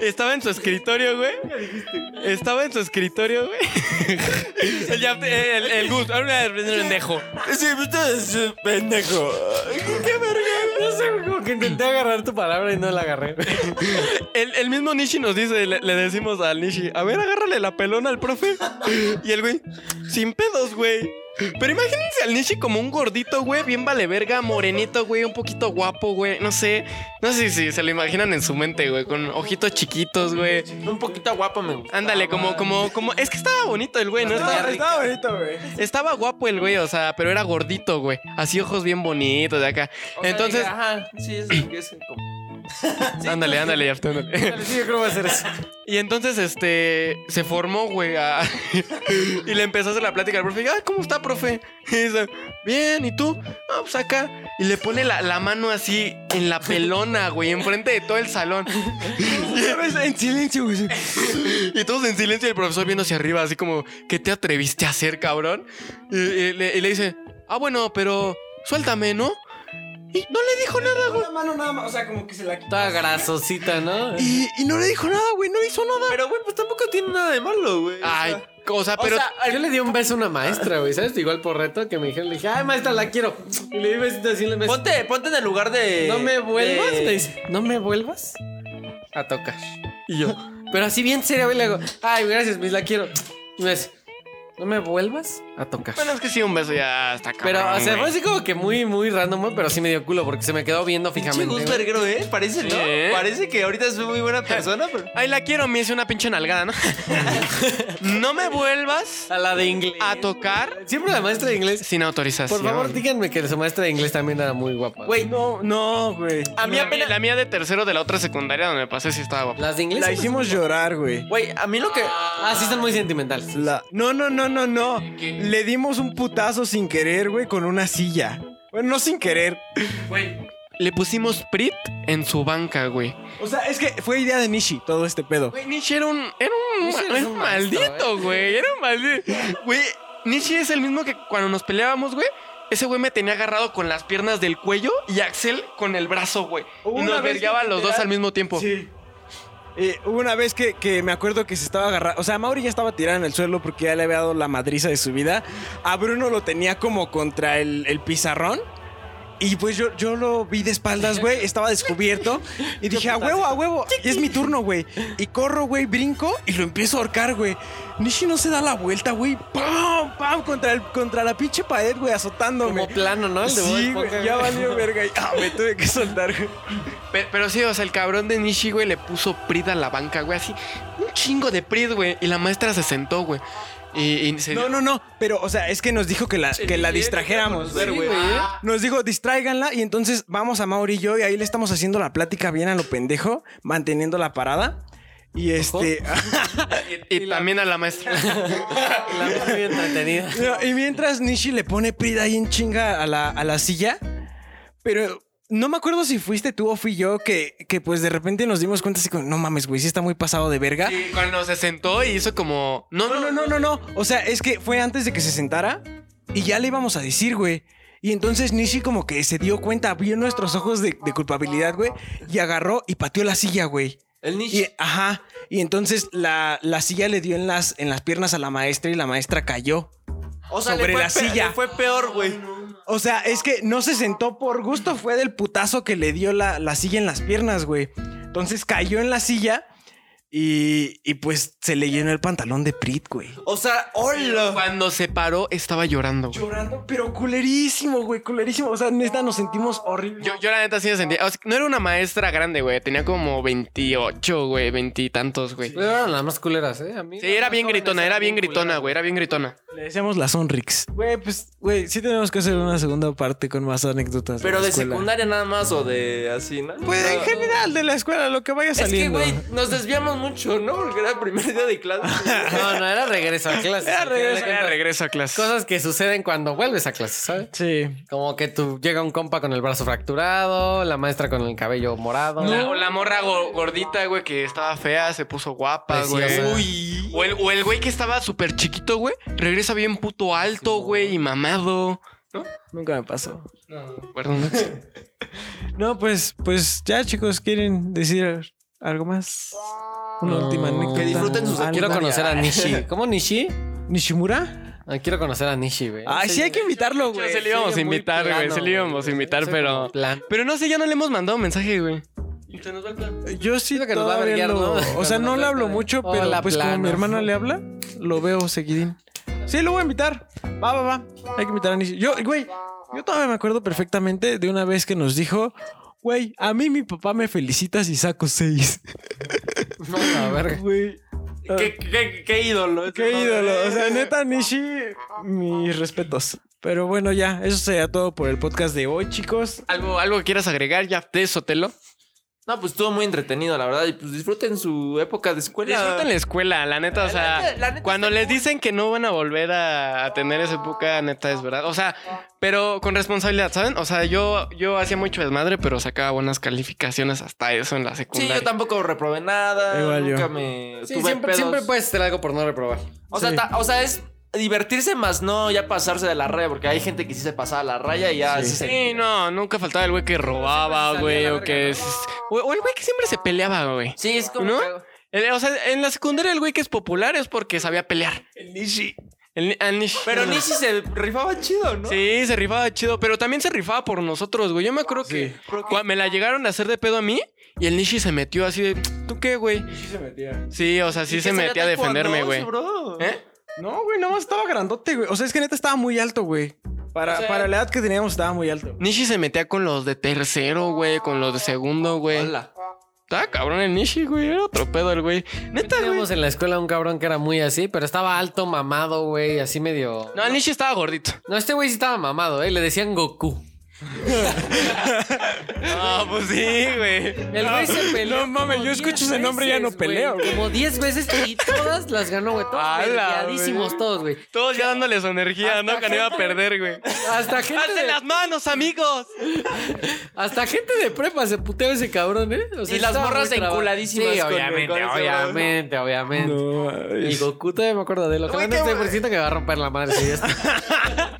S3: estaba en su escritorio, güey. Estaba en su escritorio, güey. el Yap- el, el Gus, ahora es pendejo.
S4: Sí, ustedes, eh, pendejo. Qué verga.
S2: no sé, güey, como que intenté agarrar tu palabra y no la agarré.
S3: El, el mismo Nishi nos dice, le, le decimos al Nishi, a ver, agárrale la pelona al profe. Y el güey, sin pedos, güey. Pero imagínense al Nishi como un gordito, güey, bien vale verga, morenito, güey, un poquito guapo, güey. No sé, no sé si se lo imaginan en su mente, güey, con ojitos chiquitos, güey.
S4: Un poquito guapo me
S2: Ah,
S4: gusta.
S3: Ándale, como, como, como. Es que estaba bonito el güey, ¿no?
S1: Estaba,
S3: Estaba,
S1: estaba bonito, güey.
S3: estaba guapo el güey, o sea, pero era gordito, güey. Así ojos bien bonitos de acá. Entonces,
S4: Ajá, sí, es, es como.
S2: "Ah, pues".
S3: ándale, ándale, Yafta, ándale.
S2: Sí, yo creo que va a ser eso.
S3: Y entonces, este, se formó, güey, a- y le empezó a hacer la plática al profe. Y, ah, ¿cómo está, profe? Y dice, bien, ¿y tú? Ah, pues acá. Y le pone la, la mano así en la pelona, güey, enfrente de todo el salón.
S1: En silencio, güey.
S3: Y todos en silencio y el profesor viendo hacia arriba, así como, ¿qué te atreviste a hacer, cabrón? Y, y le, y le dice, ah, bueno, pero suéltame, ¿no? Y no le dijo nada, güey.
S1: Una mano nada más, o sea, como que se la quitó.
S2: Toda grasosita, ¿no?
S1: Y, y no le dijo nada, güey, no hizo nada.
S4: Pero, güey, pues tampoco tiene nada de malo, güey.
S3: Ay, o sea,
S2: Pero
S3: pero...
S2: yo le di un beso a una maestra, güey, ¿sabes? Igual por reto que me dijeron, le dije, ay, maestra, la quiero. Y le di besito así en el beso.
S4: Ponte, ponte en el lugar de.
S2: No me vuelvas,
S4: de-
S2: me dice, no me vuelvas a tocar. Y yo, pero así bien serio, güey, le digo, ay, gracias, Miss, la quiero. Y me dice, no me vuelvas a tocar.
S3: Bueno, es que sí, un beso ya está cabrón.
S2: pero, o sea,
S3: güey.
S2: fue así como que muy, muy random, güey, pero sí me dio culo porque se me quedó viendo
S4: Pinche
S2: fijamente.
S4: Gus
S2: güey.
S4: Verguero, ¿eh? Parece, ¿no?
S3: Sí.
S4: Parece que ahorita es muy buena persona, pero.
S3: Ay, la quiero, me hice una pinche nalgada, ¿no? no me vuelvas
S2: A la de inglés.
S3: a tocar
S2: Siempre la maestra de inglés.
S3: sin autorización.
S2: Por favor, díganme que su maestra de inglés también era muy guapa.
S4: Güey,
S1: No, no, güey.
S4: a mí
S3: La mía,
S4: apenas.
S3: la mía de tercero de la otra secundaria donde me pasé sí estaba guapa.
S2: Las de inglés.
S1: La
S2: son- pues,
S1: hicimos llorar, güey.
S4: Güey, a mí lo que.
S2: Ah, sí, son muy sentimentales.
S1: La... No, no, no, no, no. Le dimos un putazo sin querer, güey, con una silla. Bueno, no sin querer.
S3: Le pusimos Prit en su banca, güey.
S1: O sea, es que fue idea de Nishi todo este pedo.
S3: Güey, Nietzsche era un. Era un,
S2: Nietzsche
S3: era
S2: es
S3: un
S2: un maestro, ¿eh?
S3: maldito, güey. Era un maldito. Güey, Nietzsche es el mismo que cuando nos peleábamos, güey. Ese güey me tenía agarrado con las piernas del cuello y Axel con el brazo, güey.
S1: Hubo
S3: Y
S1: una
S3: nos
S1: vez
S3: vergaba
S1: que
S3: los dos
S1: literal-
S3: al mismo tiempo.
S1: Sí. Eh, hubo una vez que, que me acuerdo que se estaba agarrando. O sea, Mauri ya estaba tirado en el suelo porque ya le había dado la madriza de su vida. A Bruno lo tenía como contra el, el pizarrón. Y pues yo, yo lo vi de espaldas, güey. Estaba descubierto. Y dije, a huevo, a huevo. Y es mi turno, güey. Y corro, güey, brinco y lo empiezo a ahorcar, güey. Nishi no se da la vuelta, güey. ¡Pam! ¡Pam! Contra, el, contra la pinche pared, güey, azotándome.
S2: Como plano, ¿no? El de Bob
S1: sí, güey.
S2: Esponja,
S1: Ya
S2: güey.
S1: valió verga. Y, ah, me tuve que soltar, güey.
S3: Pe- Pero, sí, o sea, el cabrón de Nishi, güey, le puso Prit a la banca, güey. Así, un chingo de Prit, güey. Y la maestra se sentó, güey. Y, y se
S1: No, no, no. Pero, o sea, es que nos dijo que la, que la
S4: viene,
S1: distrajéramos.
S4: déjanos
S1: Sí,
S4: ver, güey.
S1: güey. Nos dijo, distráiganla. Y entonces vamos a Mauri y yo. Y ahí le estamos haciendo la plática bien a lo pendejo, manteniendo la parada. Y este.
S3: Y, también a la maestra.
S2: La maestra bien entretenida.
S1: No, y mientras Nishi le pone Prida ahí en chinga a la, a la silla. Pero no me acuerdo si fuiste tú o fui yo que, que pues de repente nos dimos cuenta así como, no mames, güey, sí está muy pasado de verga.
S3: Y cuando se sentó y hizo como. No,
S1: No, no, no, no, no. O sea, es que fue antes de que se sentara y ya le íbamos a decir, güey. Y entonces Nishi como que se dio cuenta, vio nuestros ojos de, de culpabilidad, güey, y agarró y pateó la silla, güey.
S4: El nicho.
S1: Y, ajá. Y entonces la, la silla le dio en las, en las piernas a la maestra y la maestra cayó.
S4: O sea,
S1: sobre
S4: le fue
S1: la
S4: pe-
S1: silla.
S4: le fue peor, güey.
S1: O sea, es que no se sentó por gusto, fue del putazo que le dio la, la silla en las piernas, güey. Entonces cayó en la silla y, y pues se le llenó el pantalón de Prit, güey.
S4: O sea, hola.
S3: Cuando se paró, estaba llorando, güey.
S1: Llorando, pero culerísimo, güey, culerísimo. O sea, neta nos sentimos horrible.
S3: Yo, yo la neta sí me sentía. o sea, no era una maestra grande, güey. Tenía como 28, güey, veintitantos, güey.
S2: Pero eran las más culeras, ¿eh? A mí.
S3: Sí, era bien gritona, era bien gritona, güey. Era bien gritona.
S1: Le decíamos la Sonrix. Güey, pues, güey, sí tenemos que hacer una segunda parte con más anécdotas.
S4: Pero
S1: la
S4: de
S1: escuela.
S4: secundaria nada más o de así, ¿no?
S1: Pues en general, de la escuela, lo que vaya
S4: Es que,
S1: saliendo.
S4: güey, nos desviamos mucho, ¿no? Porque era el primer día de clase.
S2: No, no, era regreso a clases.
S1: Era regreso,
S2: Al final de cuentas,
S3: regreso a clase.
S2: Cosas que suceden cuando vuelves a clases, ¿sabes?
S1: Sí.
S2: Como que tú llega un compa con el brazo fracturado, la maestra con el cabello morado.
S3: La, o la morra go- gordita, güey, que estaba fea, se puso guapa, güey.
S2: Preciosa.
S4: Uy.
S3: O el, o el güey que estaba súper chiquito, güey. Regresa bien puto alto, güey, y mamado.
S1: Nunca me pasó.
S3: Perdón.
S1: No, pues, pues ya, chicos, ¿quieren decir algo más? Una
S2: No.
S1: última anécdota.
S4: Que disfruten sus-
S1: Algo.
S2: Quiero conocer a Nishi. ¿Cómo Nishi?
S1: ¿Nishimura?
S2: Ah, quiero conocer a Nishi, güey.
S1: Ay, Ah, sí, hay que invitarlo, güey.
S3: se le íbamos a
S2: Soy muy
S3: invitar, güey.
S2: plano,
S3: Se le íbamos a
S2: güey.
S3: invitar,
S2: Soy
S3: pero.
S2: como plan.
S3: Pero no sé, ya no le hemos mandado mensaje, güey.
S1: Yo sí
S2: Siento que nos va a
S1: todavía
S2: verguear,
S1: lo-
S2: ¿no?
S1: O sea, no le hablo mucho, pero
S2: Hola,
S1: pues como mi
S2: planos.
S1: hermana le habla, lo veo seguidín. Sí, lo voy a invitar. Va, va, va. Hay que invitar a Nishi. Yo, güey, yo todavía me acuerdo perfectamente de una vez que nos dijo, güey, a mí mi papá me felicita si saco seis.
S2: No, la verga.
S1: Güey.
S4: ¿Qué, qué, qué ídolo.
S1: Qué ídolo. O sea, neta, Nishi, mis respetos. Pero bueno, ya, eso sería todo por el podcast de hoy, chicos.
S3: Algo, algo que quieras agregar, ya de Sotelo.
S4: No, pues estuvo muy entretenido, la verdad. Y pues disfruten su época de escuela.
S3: Disfruten la escuela, la neta, o sea,
S4: neta- la neta
S3: cuando les dicen que no van a volver a, a tener esa época, neta es verdad. O sea, pero con responsabilidad, ¿saben? O sea, yo, yo hacía mucho desmadre, pero sacaba buenas calificaciones hasta eso en la
S4: Sí,
S3: secundaria.
S4: yo tampoco reprobé nada.
S1: Igual yo.
S4: nunca me.
S2: Sí,
S4: tuve
S2: siempre,
S4: pedos.
S2: siempre puedes hacer algo por no reprobar.
S4: O sea,
S1: Sí.
S4: ta- o sea, es divertirse más no ya pasarse de la raya, porque hay gente que sí se pasaba la raya y ya sí. se.
S3: Sí, no, nunca faltaba el güey que robaba,
S2: salía
S3: güey,
S2: la
S3: o
S2: verga,
S3: que...
S2: ¿no?
S3: es- O, o el güey que siempre se peleaba, güey.
S4: Sí, es como.
S3: ¿No?
S4: que-
S3: El- Eh, O sea, en la secundaria el güey que es popular es porque sabía pelear. El Nishi. El, ah, Nishi.
S4: Pero Nishi se rifaba chido, ¿no?
S3: Sí, se rifaba chido, pero también se rifaba por nosotros, güey. Yo me acuerdo que cua- me la llegaron a hacer de pedo a mí y el Nishi se metió así de, ¿tú qué, güey?
S1: Sí, se metía.
S3: Sí, o sea, sí se metía a defenderme, güey. ¿Eh?
S1: No, güey, nomás estaba grandote, güey. O sea, es que neta estaba muy alto, güey. Para,
S4: O sea-
S1: para la edad que teníamos estaba muy alto.
S3: Nishi se metía con los de tercero, güey, con los de segundo, güey.
S4: Hola.
S3: Estaba cabrón el Nishi, güey. Era otro pedo el güey. Neta, güey.
S2: Teníamos en la escuela un cabrón que era muy así, pero estaba alto, mamado, güey, así medio.
S3: No, el Nishi estaba gordito.
S2: No, este güey sí estaba mamado, ¿eh? Le decían Goku.
S3: Ah, pues sí, güey.
S2: El güey se peleó.
S1: no mames,
S2: como
S1: yo escucho
S2: 10
S1: ese nombre y ya no
S2: veces,
S1: peleo,
S2: güey. Como 10 veces y todas las ganó, güey. Todos
S3: Ala,
S2: peleadísimos,
S3: güey.
S2: todos, güey.
S3: Todos ya dándole su energía, ¿no? Que no iba a perder, güey.
S2: Hasta gente,
S3: ¡Alcen
S2: de,
S3: las manos, amigos!
S2: hasta gente de prepa se puteó ese cabrón, ¿eh? O
S4: Y las
S2: estaba
S4: morras
S2: muy traba-
S4: enculadísimas
S2: Sí,
S4: con-
S2: obviamente,
S4: con ese
S2: obviamente, obviamente.
S1: No,
S2: Y
S1: es-
S2: Goku todavía me acuerdo de él. Ojalá
S3: Güey,
S2: no
S3: qué
S2: esté
S3: bu-
S2: por ciento que va a romper la madre. si ya está.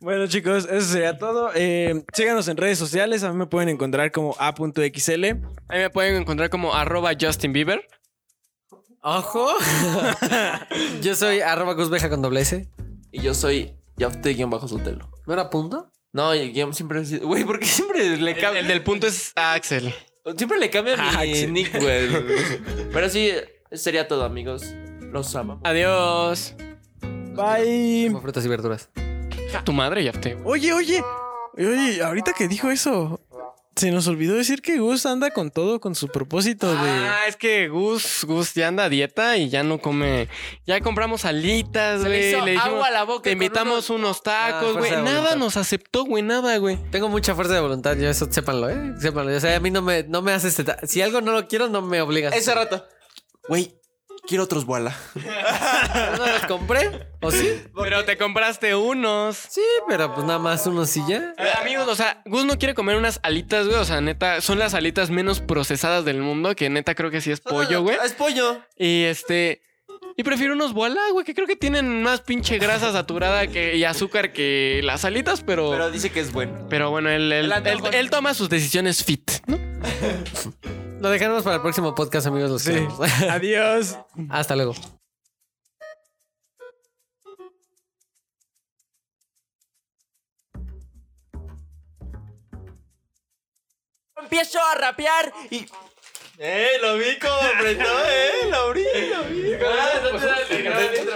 S1: Bueno, chicos, eso sería todo. Eh, síganos en redes sociales. A mí me pueden encontrar como a.xl.
S3: Ahí me pueden encontrar como arroba Justin Bieber.
S2: ¡Ojo! Yo soy arroba guzbeja con doble S.
S4: Y yo soy Yafte guión bajo Sotelo.
S2: ¿No era punto?
S4: No, y el guión siempre ha sido- Güey, ¿por qué siempre le
S3: El,
S4: cambia?
S3: el del punto es Axel.
S4: Siempre le cambia
S1: Ah,
S4: mi
S1: sí.
S4: nick, güey. Pero sí, eso sería todo, amigos. Los amamos.
S3: Adiós.
S1: Bye.
S2: Como frutas y verduras.
S3: Tu madre, Yafte.
S1: Oye, oye. Oye, ahorita que dijo eso, se nos olvidó decir que Gus anda con todo, con su propósito de...
S3: Ah, es que Gus, Gus ya anda a dieta y ya no come. Ya compramos alitas,
S4: Se le
S3: güey.
S4: hizo
S3: Le dijimos,
S4: agua a la boca
S3: te
S4: con
S3: invitamos unos
S2: Ah,
S3: tacos,
S2: fuerza
S3: güey.
S2: de
S3: nada
S2: voluntad.
S3: nos aceptó, güey, nada, güey.
S2: Tengo mucha fuerza de voluntad, yo eso sépanlo, ¿eh? Sépanlo. O sea, a mí no me, no me haces... teta- Si algo no lo quiero, no me obligas.
S4: Ese rato. Güey, quiero otros boala.
S2: no los compré, ¿o sí?
S3: Pero te compraste unos.
S2: Sí, pero pues nada más uno sí ya.
S3: Eh, amigos, o sea, Gus no quiere comer unas alitas, güey. O sea, neta, son las alitas menos procesadas del mundo, que neta creo que sí es pollo, güey.
S4: Es pollo.
S3: Y este. Y prefiero unos boala, güey, que creo que tienen más pinche grasa saturada que, y azúcar que las alitas, pero.
S4: Pero
S3: Pero,
S4: dice que es bueno.
S3: bueno, él, él-
S4: El antojo.
S3: él- él toma sus decisiones fit, ¿no?
S2: Lo dejaremos para el próximo podcast, amigos. Los
S1: Sí.
S2: queremos.
S1: Adiós.
S2: Hasta luego.
S4: Empiezo a rapear y. ¡Eh! Lo vi como apretó, ¿eh? Lo vi, lo vi.